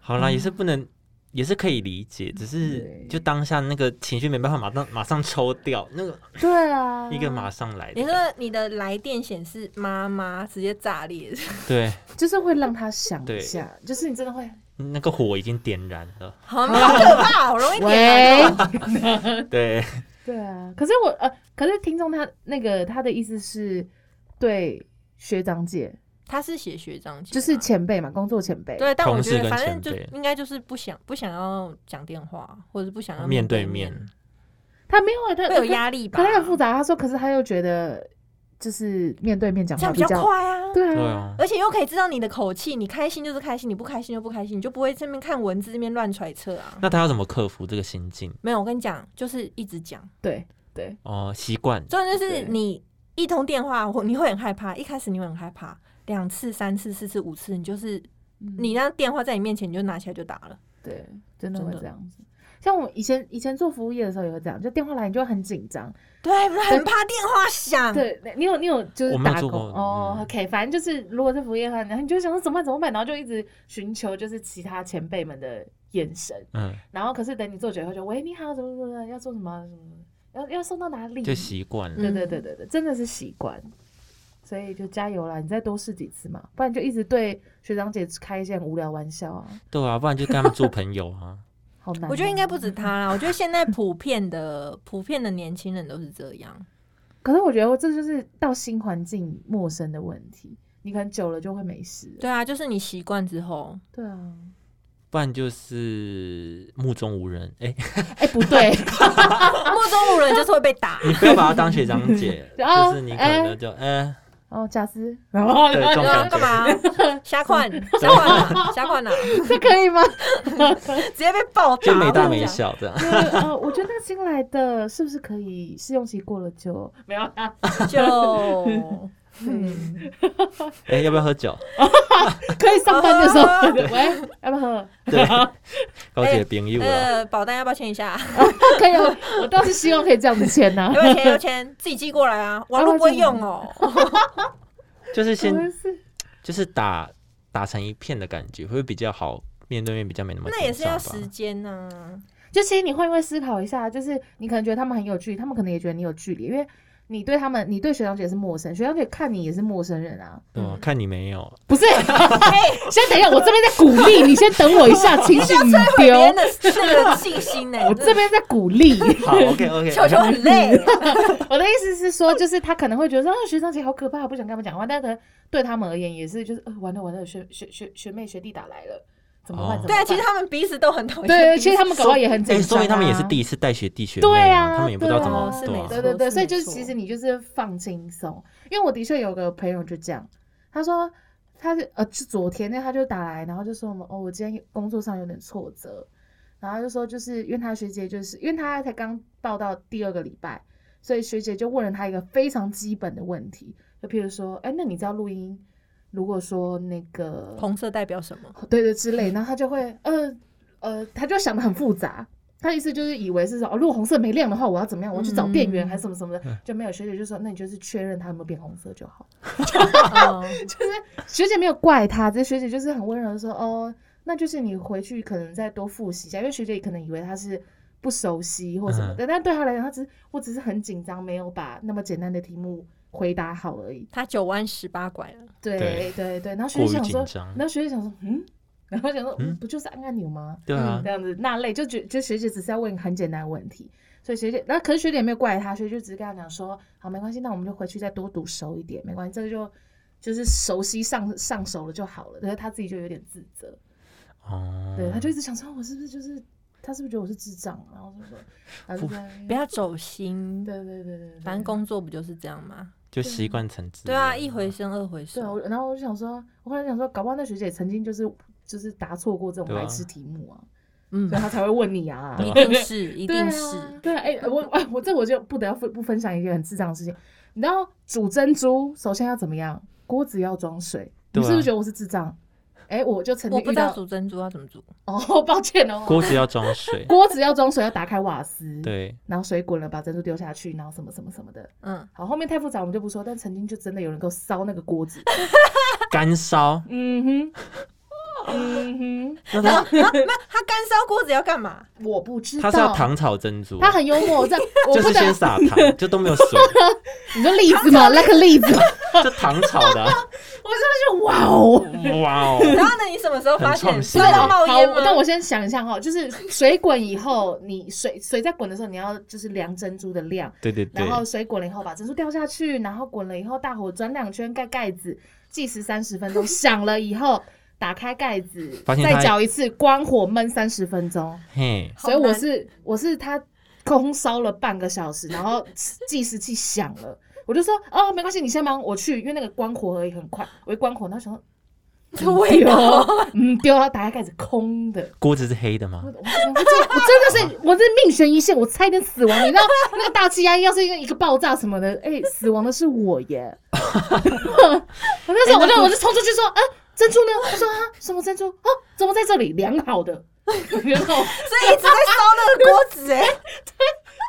S1: 好啦，也是不能，也是可以理解，只是
S2: 对
S1: 就当下那个情绪没办法马上马上抽掉，那个
S2: 对啊，
S1: (laughs) 一个马上来的
S3: 你
S1: 感觉，
S3: 说你的来电显示妈妈，直接炸裂， (laughs)
S1: 对，
S2: 就是会让他想
S1: 对
S2: 一下，就是你真的会
S1: 那个火已经点燃了，
S2: (laughs)
S3: 好好可怕，好
S2: 哎
S3: 容易点燃。
S1: 对，
S2: 对啊。可是我呃，可是听众他那个他的意思是对学长姐，
S3: 他是写学长姐啊，
S2: 就是前辈嘛，工作前辈，
S3: 对，但我
S1: 同事
S3: 觉得
S1: 跟
S3: 反正
S1: 前
S3: 就
S1: 辈
S3: 应该就是不想不想要讲电话，或者是不想要
S1: 面对
S3: 对
S1: 面，
S2: 他没有啊他
S3: 会有压力吧？
S2: 可他很复杂。他说，可是他又觉得就是面对面讲
S3: 这
S2: 话
S3: 样比较
S2: 较，
S3: 快啊。
S2: 对
S1: 对啊，
S2: 啊，
S3: 而且又可以知道你的口气，你开心就是开心，你不开心就不开心，你就不会这边看文字这边乱揣测啊。
S1: 那他要怎么克服这个心境？
S3: 没有，我跟你讲，就是一直讲，
S2: 对对，
S1: 哦，习惯，
S3: 重点就是
S2: 对
S3: 你一通电话，我你会很害怕，一开始你会很害怕，两次、三次、四次、五次，你就是
S2: 嗯
S3: 你那电话在你面前，你就拿起来就打了。
S2: 对，真的会
S3: 真的
S2: 这样子。像我以前以前做服务业的时候也会这样，就电话来你就很紧张。
S3: 对，不是很怕电话
S2: (laughs)
S3: 响。
S2: 对，你有你有就是
S1: 我没有
S2: 打
S1: 做
S2: 工
S1: 过
S2: 哦、
S1: 嗯
S2: o k 反正就是如果是服务业的话，然后你就会想说怎么办怎么办，然后就一直寻求就是其他前辈们的眼神，
S1: 嗯，
S2: 然后可是等你做久以后就喂你好怎么怎么要做什么什么什么要要送到哪里？
S1: 就习惯了。
S2: 对
S3: 嗯
S2: 对对对对，真的是习惯。所以就加油啦！你再多试几次嘛，不然就一直对学长姐开一些很无聊玩笑啊，
S1: 对啊，不然就跟他们做朋友啊。 (laughs)
S2: 好难哦、
S3: 我觉得应该不止他啦，我觉得现在普遍的普遍的年轻人都是这样。
S2: 可是我觉得这就是到新环境陌生的问题，你可能久了就会没事了。
S3: 对啊，就是你习惯之后，
S2: 对啊，
S1: 不然就是目中无人。哎、
S2: 哎、不对，
S3: (laughs) 目中无人就是会被打。
S1: 你不要把他当学长姐，
S2: 哦
S1: 就是你可能就嗯，
S2: 哦，贾斯，然后
S1: 对
S3: (laughs)
S1: 这种
S3: 对啊
S1: 感
S3: 干
S1: 觉。
S3: 嘛？瞎款，瞎款啊，瞎款啊，
S2: 这可
S3: (laughs)
S2: 以吗？
S3: 直接被暴打，
S1: 就没大
S3: 我跟
S1: 没
S3: 你讲。
S1: 小这样，
S2: 呃，我觉得那个新来的是不是可以试用期过了就没有啊？
S3: 就嗯，
S1: 哎、要不要喝酒？
S2: 可以上班的时候， (laughs) 喂，要不要喝？啊
S1: 对，高姐朋友啊，
S3: 呃，保单要不要签一下？
S2: 可以哦，我倒是希望可以这样子签啊呐、
S3: 要不要签？要签，自己寄过来啊，网络不会用哦。
S1: 就是先
S2: 我
S3: 嗯
S2: 们是
S1: 就是打打成一片的感觉，会比较好，面对面比较没那么
S3: 那也是
S1: 紧张
S3: 要
S1: 吧
S3: 时间啊呐。
S2: 就其实你换位思考一下，就是你可能觉得他们很有距离，他们可能也觉得你有距离，因为你对他们，你对学长姐是陌生，学长姐看你也是陌生人啊。
S1: 对
S3: 嗯
S1: 啊看你没
S3: (laughs)
S1: 有，
S2: 不是，先等一下，我这边在鼓励你，先等我一
S3: (laughs)
S2: 下，情绪你
S3: 别
S2: 丢，
S3: 人的那个信心呢？嗯
S2: 我这边在鼓励。
S1: 好，OK
S3: (laughs)
S1: OK，
S3: 球球很累，
S2: 我的意思是说，就是他可能会觉得说，啊，学长姐好可怕，不想跟他们讲话，但可能对他们而言也是，就是呃，完了完了，学学学学妹学弟打来了，怎么办？
S1: 哦
S2: 怎么
S3: 对啊，
S2: 办
S3: 其实他们彼此都很讨厌彼此。
S2: 对，其实 (laughs) 他们搞不好也很紧
S1: 哎，
S2: 张、
S1: 说
S2: 啊
S1: 明他们也是第一次带学弟学妹
S2: 对
S1: 啊，
S2: 啊，
S1: 他们也不知道怎么
S3: 对啊是
S1: 对
S3: 没
S1: 啊
S3: 错
S2: 对对对，
S3: 是
S2: 所以
S3: 没
S2: 就是
S3: 错
S2: 其实你就是放轻松，因为我的确有个朋友就这样，他说他是呃是昨天，那他就打来，然后就说我们哦，我今天工作上有点挫折，然后他就说就是因为他学姐就是因为他才刚报到第二个礼拜，所以学姐就问了他一个非常基本的问题，就譬如说，哎，那你知道录音如果说那个
S3: 红色代表什么？
S2: 对对之类，然后他就会呃呃，他就想的很复杂。他意思就是以为是说，哦，如果红色没亮的话，我要怎么样？我去找店员
S3: 嗯
S2: 还是什么什么的，就没有学姐就说，那你就是确认它有没有变红色就好。
S3: 嗯
S2: 就是学姐没有怪他，只是学姐就是很温柔的说，哦，那就是你回去可能再多复习一下，因为学姐可能以为他是不熟悉或什么
S1: 嗯
S2: 的，但对他来讲，他只是我只是很紧张，没有把那么简单的题目回答好而已。
S3: 他九弯十八拐了，
S2: 对
S1: 对
S2: 对对然后学
S1: 过
S2: 姐
S1: 于
S2: 想
S1: 紧
S2: 说，
S1: 张
S2: 然，后学姐想说，嗯， (laughs) 然后想说，
S1: 嗯
S2: 嗯，不就是按按钮吗？
S1: 对啊
S3: 嗯
S2: 这，样子那类，就觉就学姐只是要问很简单的问题，所以学姐，那可是学姐也没有怪他，学姐就只是跟他讲说，好，没关系，那我们就回去再多读熟一点，没关系，这个就就是熟悉上上手了就好了。但是他自己就有点自责，
S1: 哦，
S2: 对，他就一直想说，我是不是就是他是不是觉得我是智障啊？然后就说，然后就在
S3: 不要走心。
S2: 对对对对对，
S3: 反正工作不就是这样吗？
S1: 就习惯成自
S3: 对啊，一回生二回
S2: 对啊，
S3: 熟
S2: 我。然后我就想说，我后来想说，搞不好那学姐曾经就是就是答错过这种
S1: 对啊
S2: 白痴题目啊，
S3: 嗯
S2: 所，以她才会问你啊，
S1: 对
S3: 一
S1: 啊
S2: (laughs)
S3: 定是，一
S2: 对
S3: 定
S2: 啊
S3: 是。
S2: 对啊，哎、我哎，我这我就不得要分不分享一件很智障的事情。你知道煮珍珠首先要怎么样？锅子要装水。
S1: 对啊
S2: 你是不是觉得我是智障？哎、我就曾
S3: 我
S2: 经
S3: 不
S2: 遇
S3: 知道
S2: 到
S3: 煮珍珠要怎么煮，
S2: 哦，抱歉哦，，
S1: 锅子要装水
S3: (laughs)
S2: 锅子要装水，要打开瓦斯，，
S1: 对，
S2: 然后水滚了，把珍珠丢下去，然后什么什么什么的。 (laughs)
S3: 嗯，
S2: 好，后面太复杂我们就不说，但曾经就真的有人给我烧那个锅子，
S1: 干烧，
S2: 嗯哼，嗯
S1: 那他
S3: 他干烧锅子要干嘛？
S2: 哼，我不知道，
S1: 他是要糖炒珍珠，啊
S2: 他很幽默，我在
S1: (laughs)
S2: 我
S1: 就
S2: 不
S1: 是
S2: 得
S1: 先，撒糖，就都没有水，
S2: (laughs) 你说栗子吗？ (laughs) 那个栗子，
S1: 就糖炒
S2: (laughs)
S1: 的啊，
S2: 我真的是哇哦，
S1: 哇哦，
S3: 然后呢，你什么时候发现
S1: 很创
S3: 是
S1: 新欸
S3: 为了冒
S2: 好
S3: 烟吗，？
S2: 但我先想一下哈，就是水滚以后，你水水在滚的时候，你要就是量珍珠的量，
S1: 对对对
S2: 然，后水滚了以后把珍珠掉下去，然后滚了以后大火转两圈，盖盖子，计时三十分钟，响了以后 (laughs) 打开盖子，
S1: 发现它
S2: 再搅一次，关火焖三十分钟，
S1: 嘿，
S3: 好
S2: 所
S3: 难
S2: 以我是我是它空烧了半个小时，然后计时器响了。我就说哦，没关系，你先忙，我去，因为那个关火而已，很快。我一关火，那时候
S3: 这味道，
S2: 嗯，丢了，打开盖子，空的。
S1: 锅子是黑的吗
S2: (laughs) 我？我真的我真的是，我是命悬一线，我差一点死亡。你知道那个大气压要是一个一个爆炸什么的， (laughs) 哎、死亡的是我耶！ (laughs) 呃我那时候我就我就冲出去说，啊，珍珠呢？他说啊，什么珍珠？哦、怎么在这里？量好的， (laughs) 然后
S3: 所以一直在烧那个锅子哎、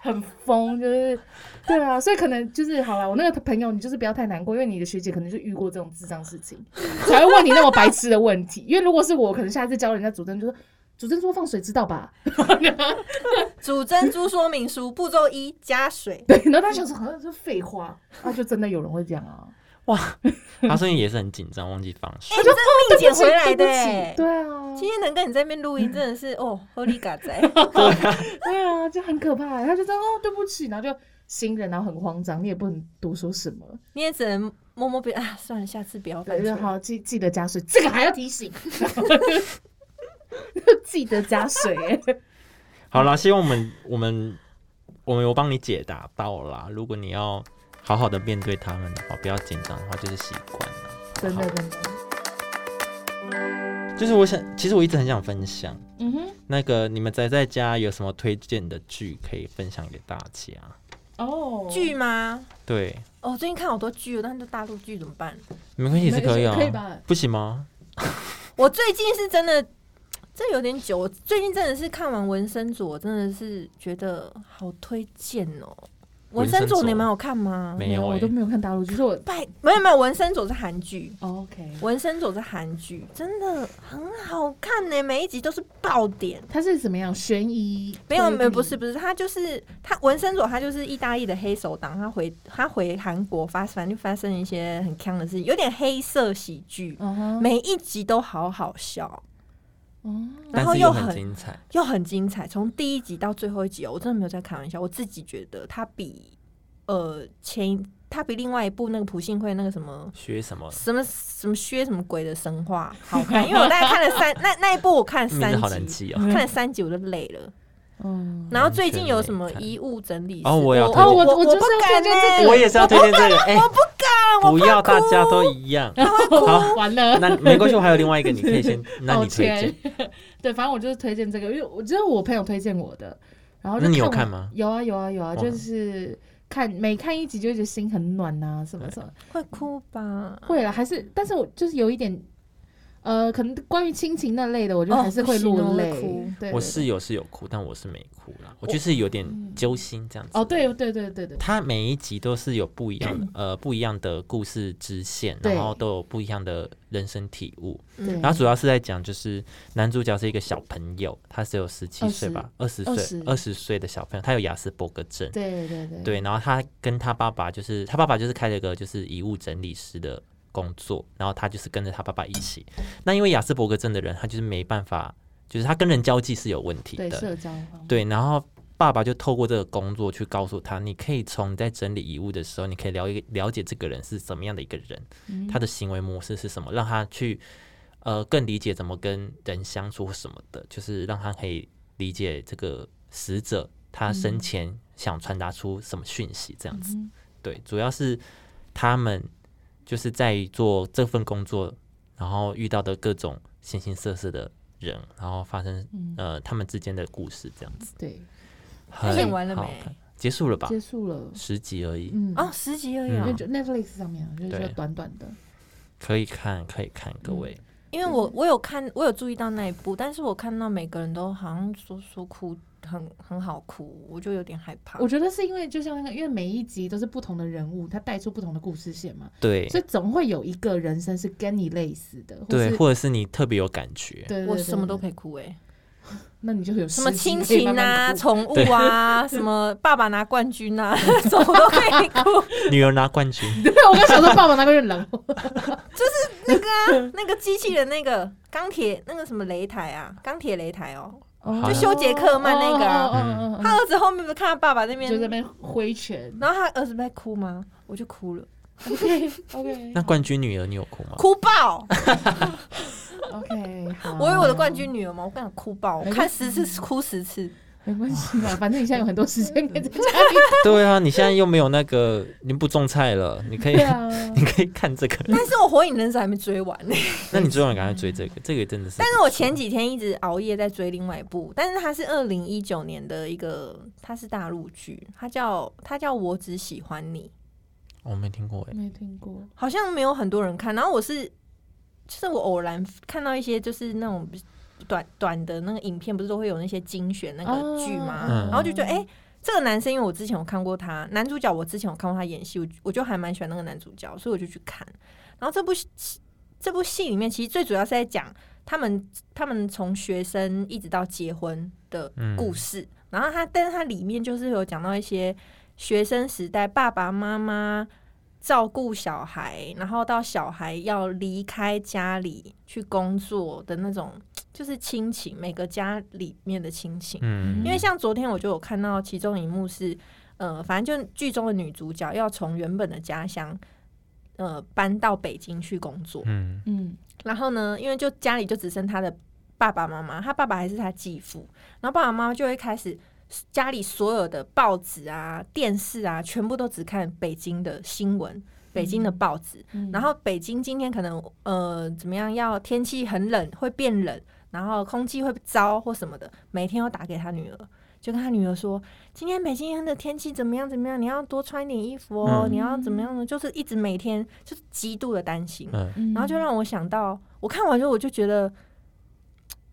S2: 很疯，就是对啊，所以可能就是好了。我那个朋友，你就是不要太难过，因为你的学姐可能就遇过这种智障事情，才会问你那么白痴的问题。因为如果是我，可能下次教人家主针就说。主珍说放水知道吧？
S3: 煮珍珠说明书步骤一加水，
S2: 对，然后他想说好像是废话，那、就真的有人会这样啊。
S1: 哇，他声音也是很紧张，忘记放水
S3: 哎、。你这是蜜
S2: 对
S3: 姐
S2: 不起
S3: 回来的、
S2: 对
S3: 哎
S2: 不起，对啊，
S3: 今天能跟你在那边录音，真的是哦，合理嘎仔，
S2: 对啊，就很可怕。他就说哦对不起，然后就新人，然后很慌张，你也不能多说什么。
S3: 你也只能摸摸鼻啊，算了，下次不要犯
S2: 对，就
S3: 错。
S2: 好记记得加水，这个还要提醒， (laughs) 记得加水、欸
S1: 好啦，希望我们我们我们有帮你解答到啦。如果你要好好的面对他们的话，不要紧张的话，就是习惯了。
S2: 真
S1: 好
S2: 的真的。
S1: 就是我想，其实我一直很想分享
S2: 嗯哼，
S1: 那个你们宅在家有什么推荐的剧可以分享给大家？
S2: 哦，
S3: 剧吗？
S1: 对，
S3: 哦，最近看好多剧哦，但是大陆剧怎么办？
S1: 没关系是可以啊、
S2: 没可以吧
S1: 不行吗？
S3: 我最近是真的，这有点久。我最近真的是看完《纹身佐》，真的是觉得好推荐哦。
S1: 纹
S3: 纹
S1: 身
S3: 身
S1: 佐
S3: 佐你们啊有看吗？
S1: 没有、
S2: 我都
S1: 欸，
S2: 没有看大陆剧，就是我
S3: 拜，没有没有，纹身佐是韩剧，
S2: 哦 OK，
S3: 纹身佐是韩剧，真的很好看呢，每一集都是爆点。
S2: 它是怎么样悬疑？
S3: 没有
S2: 推理
S3: 没有，不是不是，他就是他纹身佐，他就是意大利的黑手党，他回他回韩国发，反正就发生一些很坑的事情，有点黑色喜剧，
S2: 嗯哼，
S3: 每一集都好好笑，
S2: 哦，
S1: 但
S3: 然后
S1: 是又
S3: 又
S1: 很
S3: 很
S1: 精彩。
S3: 又很精彩，从第一集到最后一集哦，我真的没有在开玩笑，我自己觉得它比呃前一它比另外一部那个朴信惠那个什么
S1: 学什么？
S3: 什么什么薛什么鬼的神话好看，因为我大概看了三那那一部我看了
S1: 名字好
S3: 三
S1: 难
S3: 集，
S1: 记哦、
S3: 看了三集我就累了。
S2: 嗯，
S3: 然后最近有什么
S1: 完全没看
S3: 衣物整理师？
S1: 哦我也要推
S2: 哦，
S1: 荐
S2: 我
S3: 我
S2: 就是
S3: 不
S2: 要推
S3: 敢
S2: 荐
S3: 欸
S2: 这个，
S1: 我也是要推荐这个，哎、
S3: 不敢，我
S1: 不要大家都一样。好，
S2: 完了。
S1: 那没关系，我还有另外一个，你可以先，那
S2: 抱
S1: 你推
S2: 歉
S1: 荐。，
S2: 对，反正我就是推荐这个，因为我觉得我朋友推荐我的，然后就
S1: 那你有
S2: 完
S1: 看吗
S2: 有啊有啊有啊，
S1: 哇
S2: 就是看每看一集就觉得心很暖呐、什么什么
S3: 会哭吧？
S2: 会了，还是但是我就是有一点，呃，可能关于亲情那类的，我就还是会落泪。
S3: 哦不行我会哭
S2: 对，
S1: 我
S2: 对
S1: 室友是有哭，但我是没哭啦，我就是有点揪心这样子。
S2: 哦，对对对对对，
S1: 它每一集都是有不一
S2: (clears throat)
S1: 样的呃不一样的故事支线，
S2: 对
S1: 然后都有不一样的人生体悟。
S2: 对
S3: 嗯
S1: 然后主要是在讲，就是男主角是一个小朋友，他只有十七岁吧，二十岁
S2: 20，
S1: 二十岁的小朋友，他有雅斯伯格症。
S2: 对对对
S1: 对，然后他跟他爸爸就是他爸爸就是开了一个就是遗物整理师的工作，然后他就是跟着他爸爸一起。那因为雅斯伯格症的人，他就是没办法，就是他跟人交际是有问题
S2: 对
S1: 的。
S2: 社交方面
S1: 对，然后爸爸就透过这个工作去告诉他，你可以从你在整理遗物的时候，你可以了解了解这个人是怎么样的一个人，
S2: 嗯
S1: 他的行为模式是什么，让他去呃更理解怎么跟人相处什么的，就是让他可以理解这个死者他生前想传达出什么讯息这样子。
S2: 嗯
S1: 对，主要是他们就是在做这份工作，然后遇到的各种形形色色的人，然后发生
S2: 嗯
S1: 呃他们之间的故事这样子。
S2: 对，
S1: 很
S3: 演完了
S1: 好
S3: 没
S1: 看？结束了吧？
S2: 结束了，
S1: 十集而已，
S2: 嗯
S3: 哦，，十集而已
S2: 因为
S3: 哦。
S2: 就 Netflix 上面啊就是
S1: 对
S2: 说短短的，
S1: 可以看，可以看，各位。
S3: 因
S2: 嗯
S3: 为我我有看，我有注意到那一部，但是我看到每个人都好像说说哭，很很好哭，我就有点害怕
S2: 我。觉得是因为就像那个，因为每一集都是不同的人物，他带出不同的故事线嘛，
S1: 对
S2: 所以总会有一个人生是跟你类似的，或
S1: 对，
S2: 是
S1: 或者是你特别有感
S3: (laughs)
S1: 觉，
S2: 对，
S3: 我什么都可
S2: 以，
S3: 以哭哎、
S2: 那你就有
S3: 什么
S2: 时机
S3: 亲
S2: 可以
S3: 情
S2: 慢慢
S3: 啊、
S2: 哭
S3: 宠物
S2: (laughs)
S3: 啊、什么爸爸拿冠军啊， (laughs) 什么都可以哭。
S1: 女儿拿冠军，
S3: (laughs)
S2: 对，我刚想说爸爸那边人，
S3: 那个啊，那个机器人，那个钢铁，那个什么擂台啊，钢铁擂台哦，
S1: 就
S3: 修杰克曼那个啊
S2: 哦哦哦哦哦
S3: 他儿子后面不是看他爸爸那
S2: 哦
S3: 边
S2: 就，在那边挥拳
S3: 然后他儿子不在哭吗？我就哭了，
S2: ，OK OK
S1: 那冠军女儿你有
S2: 哦
S1: 哭吗？
S3: 哭爆！
S2: OK，好，
S3: 我有我的冠，军女儿嘛，我跟你讲哭爆，我
S2: 没
S3: 看十次哭十次。
S2: 没关系嘛，反正你现在有很多时间可以在家里，
S1: 对啊，你现在又没有那个，你不种菜
S3: (laughs)
S1: 了，你可以
S2: 对，啊，
S1: (laughs) 你可以看这个。
S3: 但是我火影忍者还没追完呢、
S1: 那你最晚赶快追这个，这个真的是。
S3: 但是我前几天一直熬夜在追另外一部，但是它是二零一九年的一个，它是大陆剧，它叫它叫我只喜欢你，
S1: 我没听过哎，
S2: 没听过，
S3: 好像没有很多人看。然后我是，就是我偶然看到一些就是那种短短的那个影片，不是都会有那些精选那
S2: 哦
S3: 个剧吗？
S1: 嗯
S3: 然后就觉得，哎、这个男生，因为我之前有看过他男主角，我之前有看过他演戏，我我就还蛮喜欢那个男主角，所以我就去看。然后这部戏这部戏里面，其实最主要是在讲他们他们从学生一直到结婚的
S1: 嗯
S3: 故事。然后他，但是它里面就是有讲到一些学生时代爸爸妈妈照顾小孩，然后到小孩要离开家里去工作的那种，就是亲情，每个家里面的亲情。
S1: 嗯
S3: 因为像昨天我就有看到其中一幕是，呃，反正就剧中的女主角要从原本的家乡，呃，搬到北京去工作。
S1: 嗯
S2: 嗯
S3: 然后呢，因为就家里就只剩她的爸爸妈妈，她爸爸还是她继父，然后爸爸妈妈就会开始家里所有的报纸啊、电视啊，全部都只看北京的新闻、北京的报纸。
S2: 嗯
S3: 然后北京今天可能呃怎么样，要天气很冷，会变冷，然后空气会糟或什么的，每天都打给他女儿，就跟他女儿说，今天北京的天气怎么样怎么样，你要多穿一点衣服哦，
S1: 嗯
S3: 你要怎么样呢？就是一直每天就是极度的担心，
S1: 嗯
S2: 嗯
S3: 然后就让我想到，我看完之后我就觉得。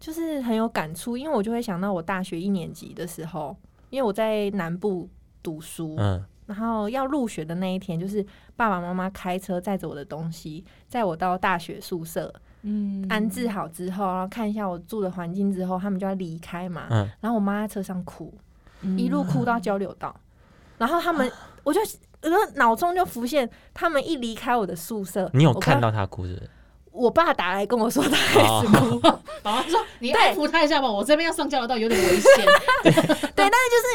S3: 就是很有感触，因为我就会想到我大学一年级的时候，因为我在南部读书，
S1: 嗯
S3: 然后要入学的那一天，就是爸爸妈妈开车载着我的东西，载我到大学宿舍
S2: 嗯
S3: 安置好之后，然后看一下我住的环境之后，他们就要离开嘛。
S1: 嗯
S3: 然后我妈在车上哭，
S2: 嗯
S3: 一路哭到交流道，然后他们，我就我就脑中就浮现，他们一离开我的宿舍，
S1: 你有
S3: 我
S1: 看
S3: 爸？
S1: 到哦他哭是不是？
S3: 我爸打来跟我说他开始哭，
S2: 爸爸说：“你
S3: 对
S2: 安抚他一下吧，我这边要上交流道有点危险。
S3: 对，但是就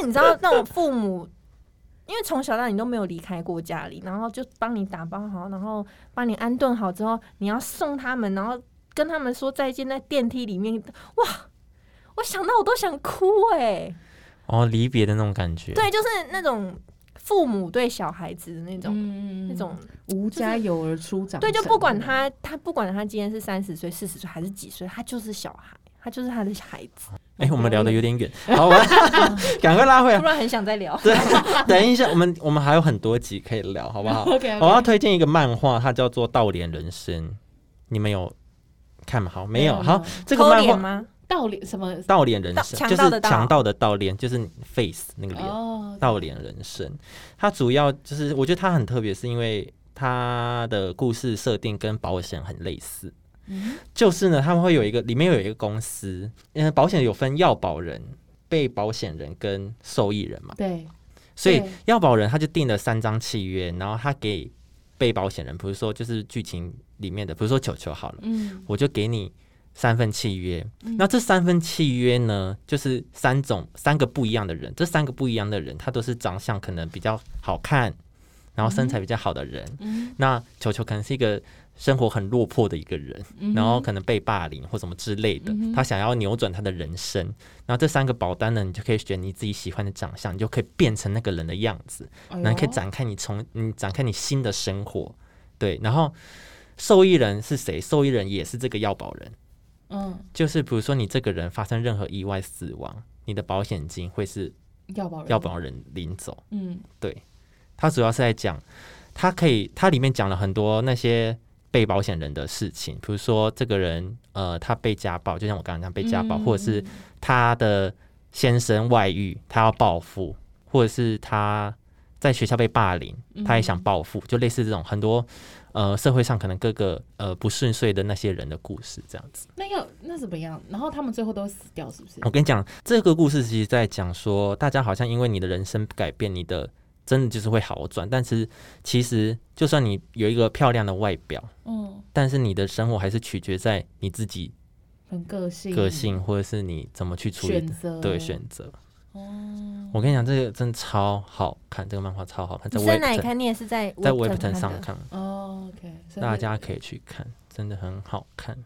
S3: 是你知道那种父母，因为从小到你都没有离开过家里，然后就帮你打包好，然后帮你安顿好之后，你要送他们，然后跟他们说再见，在电梯里面，哇！我想到我都想哭哎、
S1: 哦，离别的那种感觉。
S3: 对，就是那种父母对小孩子的那”种、
S2: 嗯
S3: 那种，
S2: 无家有儿出长，
S3: 对，就不管，他他不管他今天是三十岁、四十岁还是几岁，他就是小孩，他就是他的孩子。
S1: 哎、我们聊的有点远，好，我们
S3: (laughs)
S1: (laughs) 赶快拉回来
S3: 突。然很想再聊，
S1: (laughs) 对，等一下，我们我们还有很多集可以聊，好不
S2: (laughs)
S3: (laughs)
S1: 好？啊
S2: OK，
S1: 我要推荐一个漫画，它叫做《倒脸人生》，你们有看吗？好，没有。好，这个
S3: 偷
S1: 漫
S3: 脸
S1: 画《
S3: 吗？
S2: 道理什么？
S1: 倒脸人
S3: 盗
S1: 生
S3: 强》
S1: 就
S3: 盗的
S1: 是
S3: 盗
S1: 强盗的盗脸，就是 face 那个脸。
S2: 哦，
S1: 倒脸人生，它主要就是我觉得它很特别，是因为它的故事设定跟保险很类似。
S2: 嗯
S1: 就是呢，他们会有一个里面有一个公司，嗯，保险有分要保人、被保险人跟受益人嘛，
S2: 对，
S1: 所以
S2: 对
S1: 要保人他就定了三张契约，然后他给被保险人，比如说就是剧情里面的，比如说球球好了，
S2: 嗯
S1: 我就给你三份契约。
S2: 嗯
S1: 那这三份契约呢，就是三种三个不一样的人，这三个不一样的人，他都是长相可能比较好看，然后身材比较好的人。
S2: 嗯
S1: 那球球可能是一个生活很落魄的一个人，
S2: 嗯
S1: 然后可能被霸凌或什么之类的，
S2: 嗯哼
S1: 他想要扭转他的人生。然后这三个保单呢，你就可以选你自己喜欢的长相，你就可以变成那个人的样子，
S2: 哎呦
S1: 然后你可以展开你从你展开你新的生活。对，然后受益人是谁？受益人也是这个要保人，
S2: 嗯
S1: 就是比如说你这个人发生任何意外死亡，你的保险金会是
S2: 要保人
S1: 要保人领走。
S2: 嗯
S1: 对，他主要是在讲，他可以，他里面讲了很多那些被保险人的事情，比如说这个人，呃，他被家暴，就像我刚刚讲被家暴，
S2: 嗯
S1: 或者是他的先生外遇，他要报复，或者是他在学校被霸凌，
S2: 嗯
S1: 他也想报复，就类似这种很多。呃，社会上可能各个呃不顺遂的那些人的故事，这样子。
S2: 那要那怎么样？然后他们最后都会死掉，是不是？
S1: 我跟你讲，这个故事其实在讲说，大家好像因为你的人生改变，你的真的就是会好转。但是其实，就算你有一个漂亮的外表，
S2: 嗯，
S1: 但是你的生活还是取决在你自己
S2: 很个性，
S1: 个性，或者是你怎么去处理
S2: 选
S1: 的
S2: 择
S1: 对选择。
S2: 哦，
S1: 我跟你讲，这个真的超好看，这个漫画超好看，在
S3: 你在哪里
S1: Web
S3: 看？你也是在
S1: 在
S3: Webtoon
S1: Web
S3: 看
S1: n
S3: 的
S1: 上看，
S2: 哦，OK，所以
S1: 大家可以去看，真的很好看。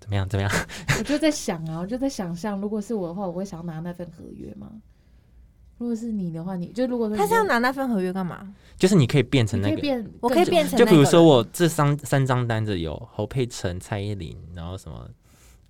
S1: 怎么样？怎么样？
S2: 嗯
S1: (laughs)
S2: 我就在想啊，我 (laughs) 就在想象，如果是我的话，我会想要拿那份合约吗？如果是你的话，你就如果说
S3: 他
S2: 你
S3: 是要拿那份合约干嘛？
S1: 就是你可以变成
S2: 你可
S1: 那
S2: 以
S1: 个
S2: 变更久，
S3: 我可以变成
S1: 就比如
S3: 那个
S1: 说
S3: 人
S1: 我这三三张单子有侯佩岑、蔡依林，然后什么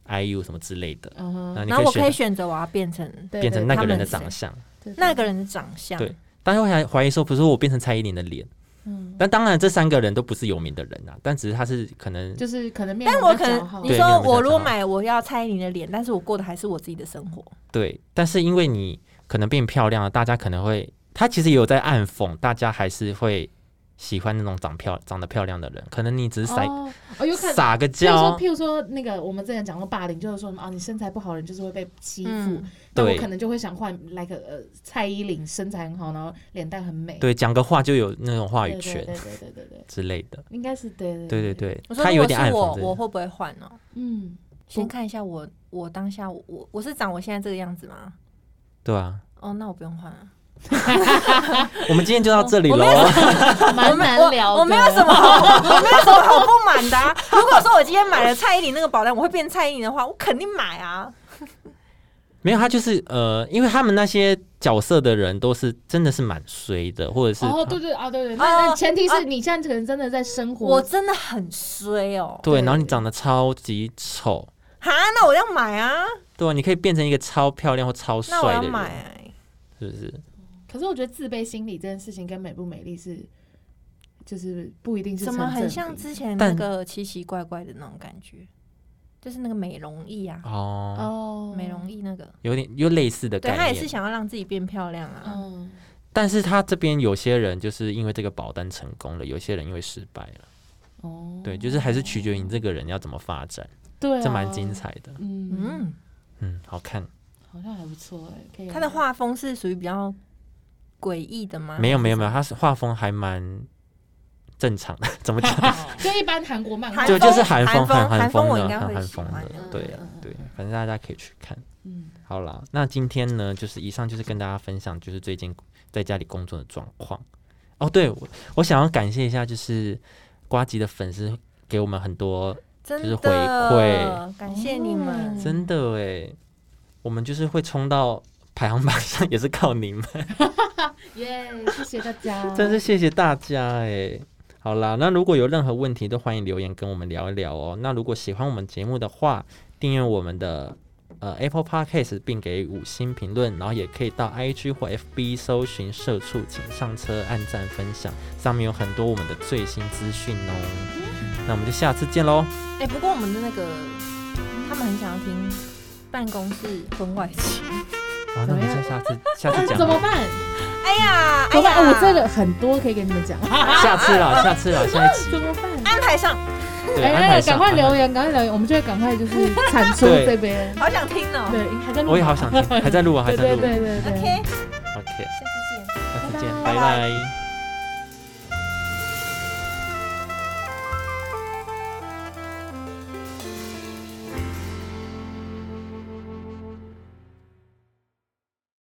S1: IU 什么之类的，
S2: 嗯哼，
S1: 那啊你
S3: 然后我
S1: 可
S3: 可以
S1: 以选
S3: 选择我要变成
S2: 对
S1: 变成那个人的
S3: 他们
S1: 长相。
S2: 对对
S3: 那个人的长相。
S1: 对大家会还怀疑说，不是我变成蔡依林的脸，
S2: 嗯
S1: 但当然，这三个人都不是有名的人啊，但只是他是可能
S2: 就是可能面
S3: 但
S2: 容
S3: 我
S2: 比
S3: 可
S2: 较姣好
S3: 能哦你
S1: 对
S3: 说
S1: 面容
S3: 我
S1: 比较
S3: 如果
S1: 姣好
S3: 买，我要蔡依林的脸，但是我过的还是我自己的生活。
S1: 对，但是因为你可能变漂亮了，大家可能会，他其实也有在暗讽，大家还是会喜欢那种长漂长得漂亮的人，可能你只是撒、
S2: 哦，哦有可能。
S1: 撒个
S2: 譬如说，
S1: 娇，
S2: 譬如说，那个我们之前讲过霸凌，就是说什么啊，你身材不好，人就是会被欺负
S3: 嗯。
S2: 那我
S1: 对
S2: 可能就会想换来个呃蔡依林，身材很好，然后脸蛋很美，
S1: 对，讲个话就有那种话
S2: 对
S1: 语
S2: 对
S1: 权
S2: 对对对对对，
S1: 之类的，
S2: 应该是对对
S1: 对对，对
S3: 我，说
S1: 他
S3: 如
S1: 有
S3: 果
S1: 点
S3: 是
S1: 暗
S3: 我
S1: 讽，这
S3: 我
S1: 个，
S3: 会不会换呢、
S2: 嗯，
S3: 先
S2: 不
S3: 看一下我我当下我我我是长我现在这个样子吗？
S1: 对啊，
S3: 哦，那我不用换了。
S1: 我们今天就到这里
S3: 我
S1: 喽
S3: 没有。
S2: 蛮难聊的
S3: 我没有什么好，我没有什么好不满的、啊。如果说我今天买了蔡依林那个保单，我会变蔡依林的话，我肯定买啊。
S1: 没有，他就是呃，因为他们那些角色的人都是真的是蛮衰的，或者是、
S2: 哦，对对啊，对对，那
S3: 哦
S2: 那前提
S3: 啊
S2: 是你现在可能真的在生活，
S3: 我真的很衰哦。
S1: 对
S2: 对
S1: 然后你长得超级丑，
S3: 哈，那我要买啊，
S1: 对啊，你可以变成一个超漂亮或超
S3: 那我
S1: 帅
S3: 要
S1: 的人，
S3: 买、欸。
S1: 是不是？
S2: 可是我觉得自卑心理这件事情跟美不美丽是，就是不一定是
S3: 怎么
S2: 成
S3: 很
S2: 正
S3: 像
S2: 比
S3: 之前那
S1: 但
S3: 个奇奇怪怪的那种感觉，就是那个美容液啊，
S1: 哦，
S2: 哦
S3: 美容液那个，
S1: 有点有类似的
S3: 对
S1: 概
S3: 他也
S1: 念，
S3: 是想要让自己变漂亮啊。
S2: 嗯，
S1: 但是他这边有些人就是因为这个保单成功了，有些人因为失败了，
S2: 哦，
S1: 对，就是还是取决于你这个人要怎么发展，
S2: 对啊，
S1: 这蛮精彩的，
S2: 嗯，
S3: 嗯，
S1: 嗯，好看，
S2: 好像还不错哎，可以
S3: 他的画风是属于比较诡异的吗？
S1: 没有没有没
S3: 有，
S1: 有，他是画风还蛮正常的， (laughs) 怎
S3: (laughs)
S1: 么讲？
S2: 就一般韩国漫画
S3: 韩
S1: 就
S3: 风
S1: 就是韩
S3: 韩
S1: 风，
S3: 风
S1: 韩
S3: 韩风
S1: 风
S3: 我
S1: 的，
S3: 应该
S1: 韩
S3: 会
S1: 韩
S3: 喜
S1: 风
S3: 欢
S1: 的
S3: 的，
S1: 对啊
S2: 嗯嗯
S1: 对，反正大家可以去看。
S2: 嗯，
S1: 好啦，那今天呢，就是以上就是跟大家分享，就是最近在家里工作的状况。哦，对，我我想要感谢一下，就是瓜吉的粉丝给我们很多，
S3: 真
S1: 就是
S3: 的
S1: 回馈，
S3: 感谢你们。
S2: 嗯
S1: 真的诶，我们就是会冲到排行榜上， (laughs) 也是靠你们，
S2: 耶，谢谢大家，
S1: 真是谢谢大家诶。好啦，那如果有任何问题，都欢迎留言跟我们聊一聊哦。那如果喜欢我们节目的话，订阅我们的呃 Apple Podcast，并给五星评论，然后也可以到 IG 或 FB 搜寻“社畜请上车”，按赞分享，上面有很多我们的最新资讯哦。那我们就下次见喽，
S3: 哎、不过我们的那个，他们很想要听办公室婚外情。
S1: 好，啊那我们就下次下次讲
S2: 那啊怎么
S1: 咯，
S2: 办？
S3: 哎呀，哎
S2: 怎么办？
S3: 呀，
S2: 哦我真的很多可以给你们讲，
S1: 下次啦，下次啦，下一集
S2: 哎怎么办？
S3: 安排上，
S1: 对，安
S2: 哎，
S1: 排上
S2: 赶快
S1: 安排
S2: 留言，赶快留言，我们就会赶快就是产出
S1: 对
S2: 这边。
S3: 好想听哦、
S2: 对，还在录吗，
S1: 我也好想听，还在录啊，还
S2: 对
S1: 在
S2: 对
S1: 录。
S2: 对对对
S3: OK，下
S1: OK，
S3: 次见。
S1: 下次见，拜
S2: 拜拜
S1: 拜。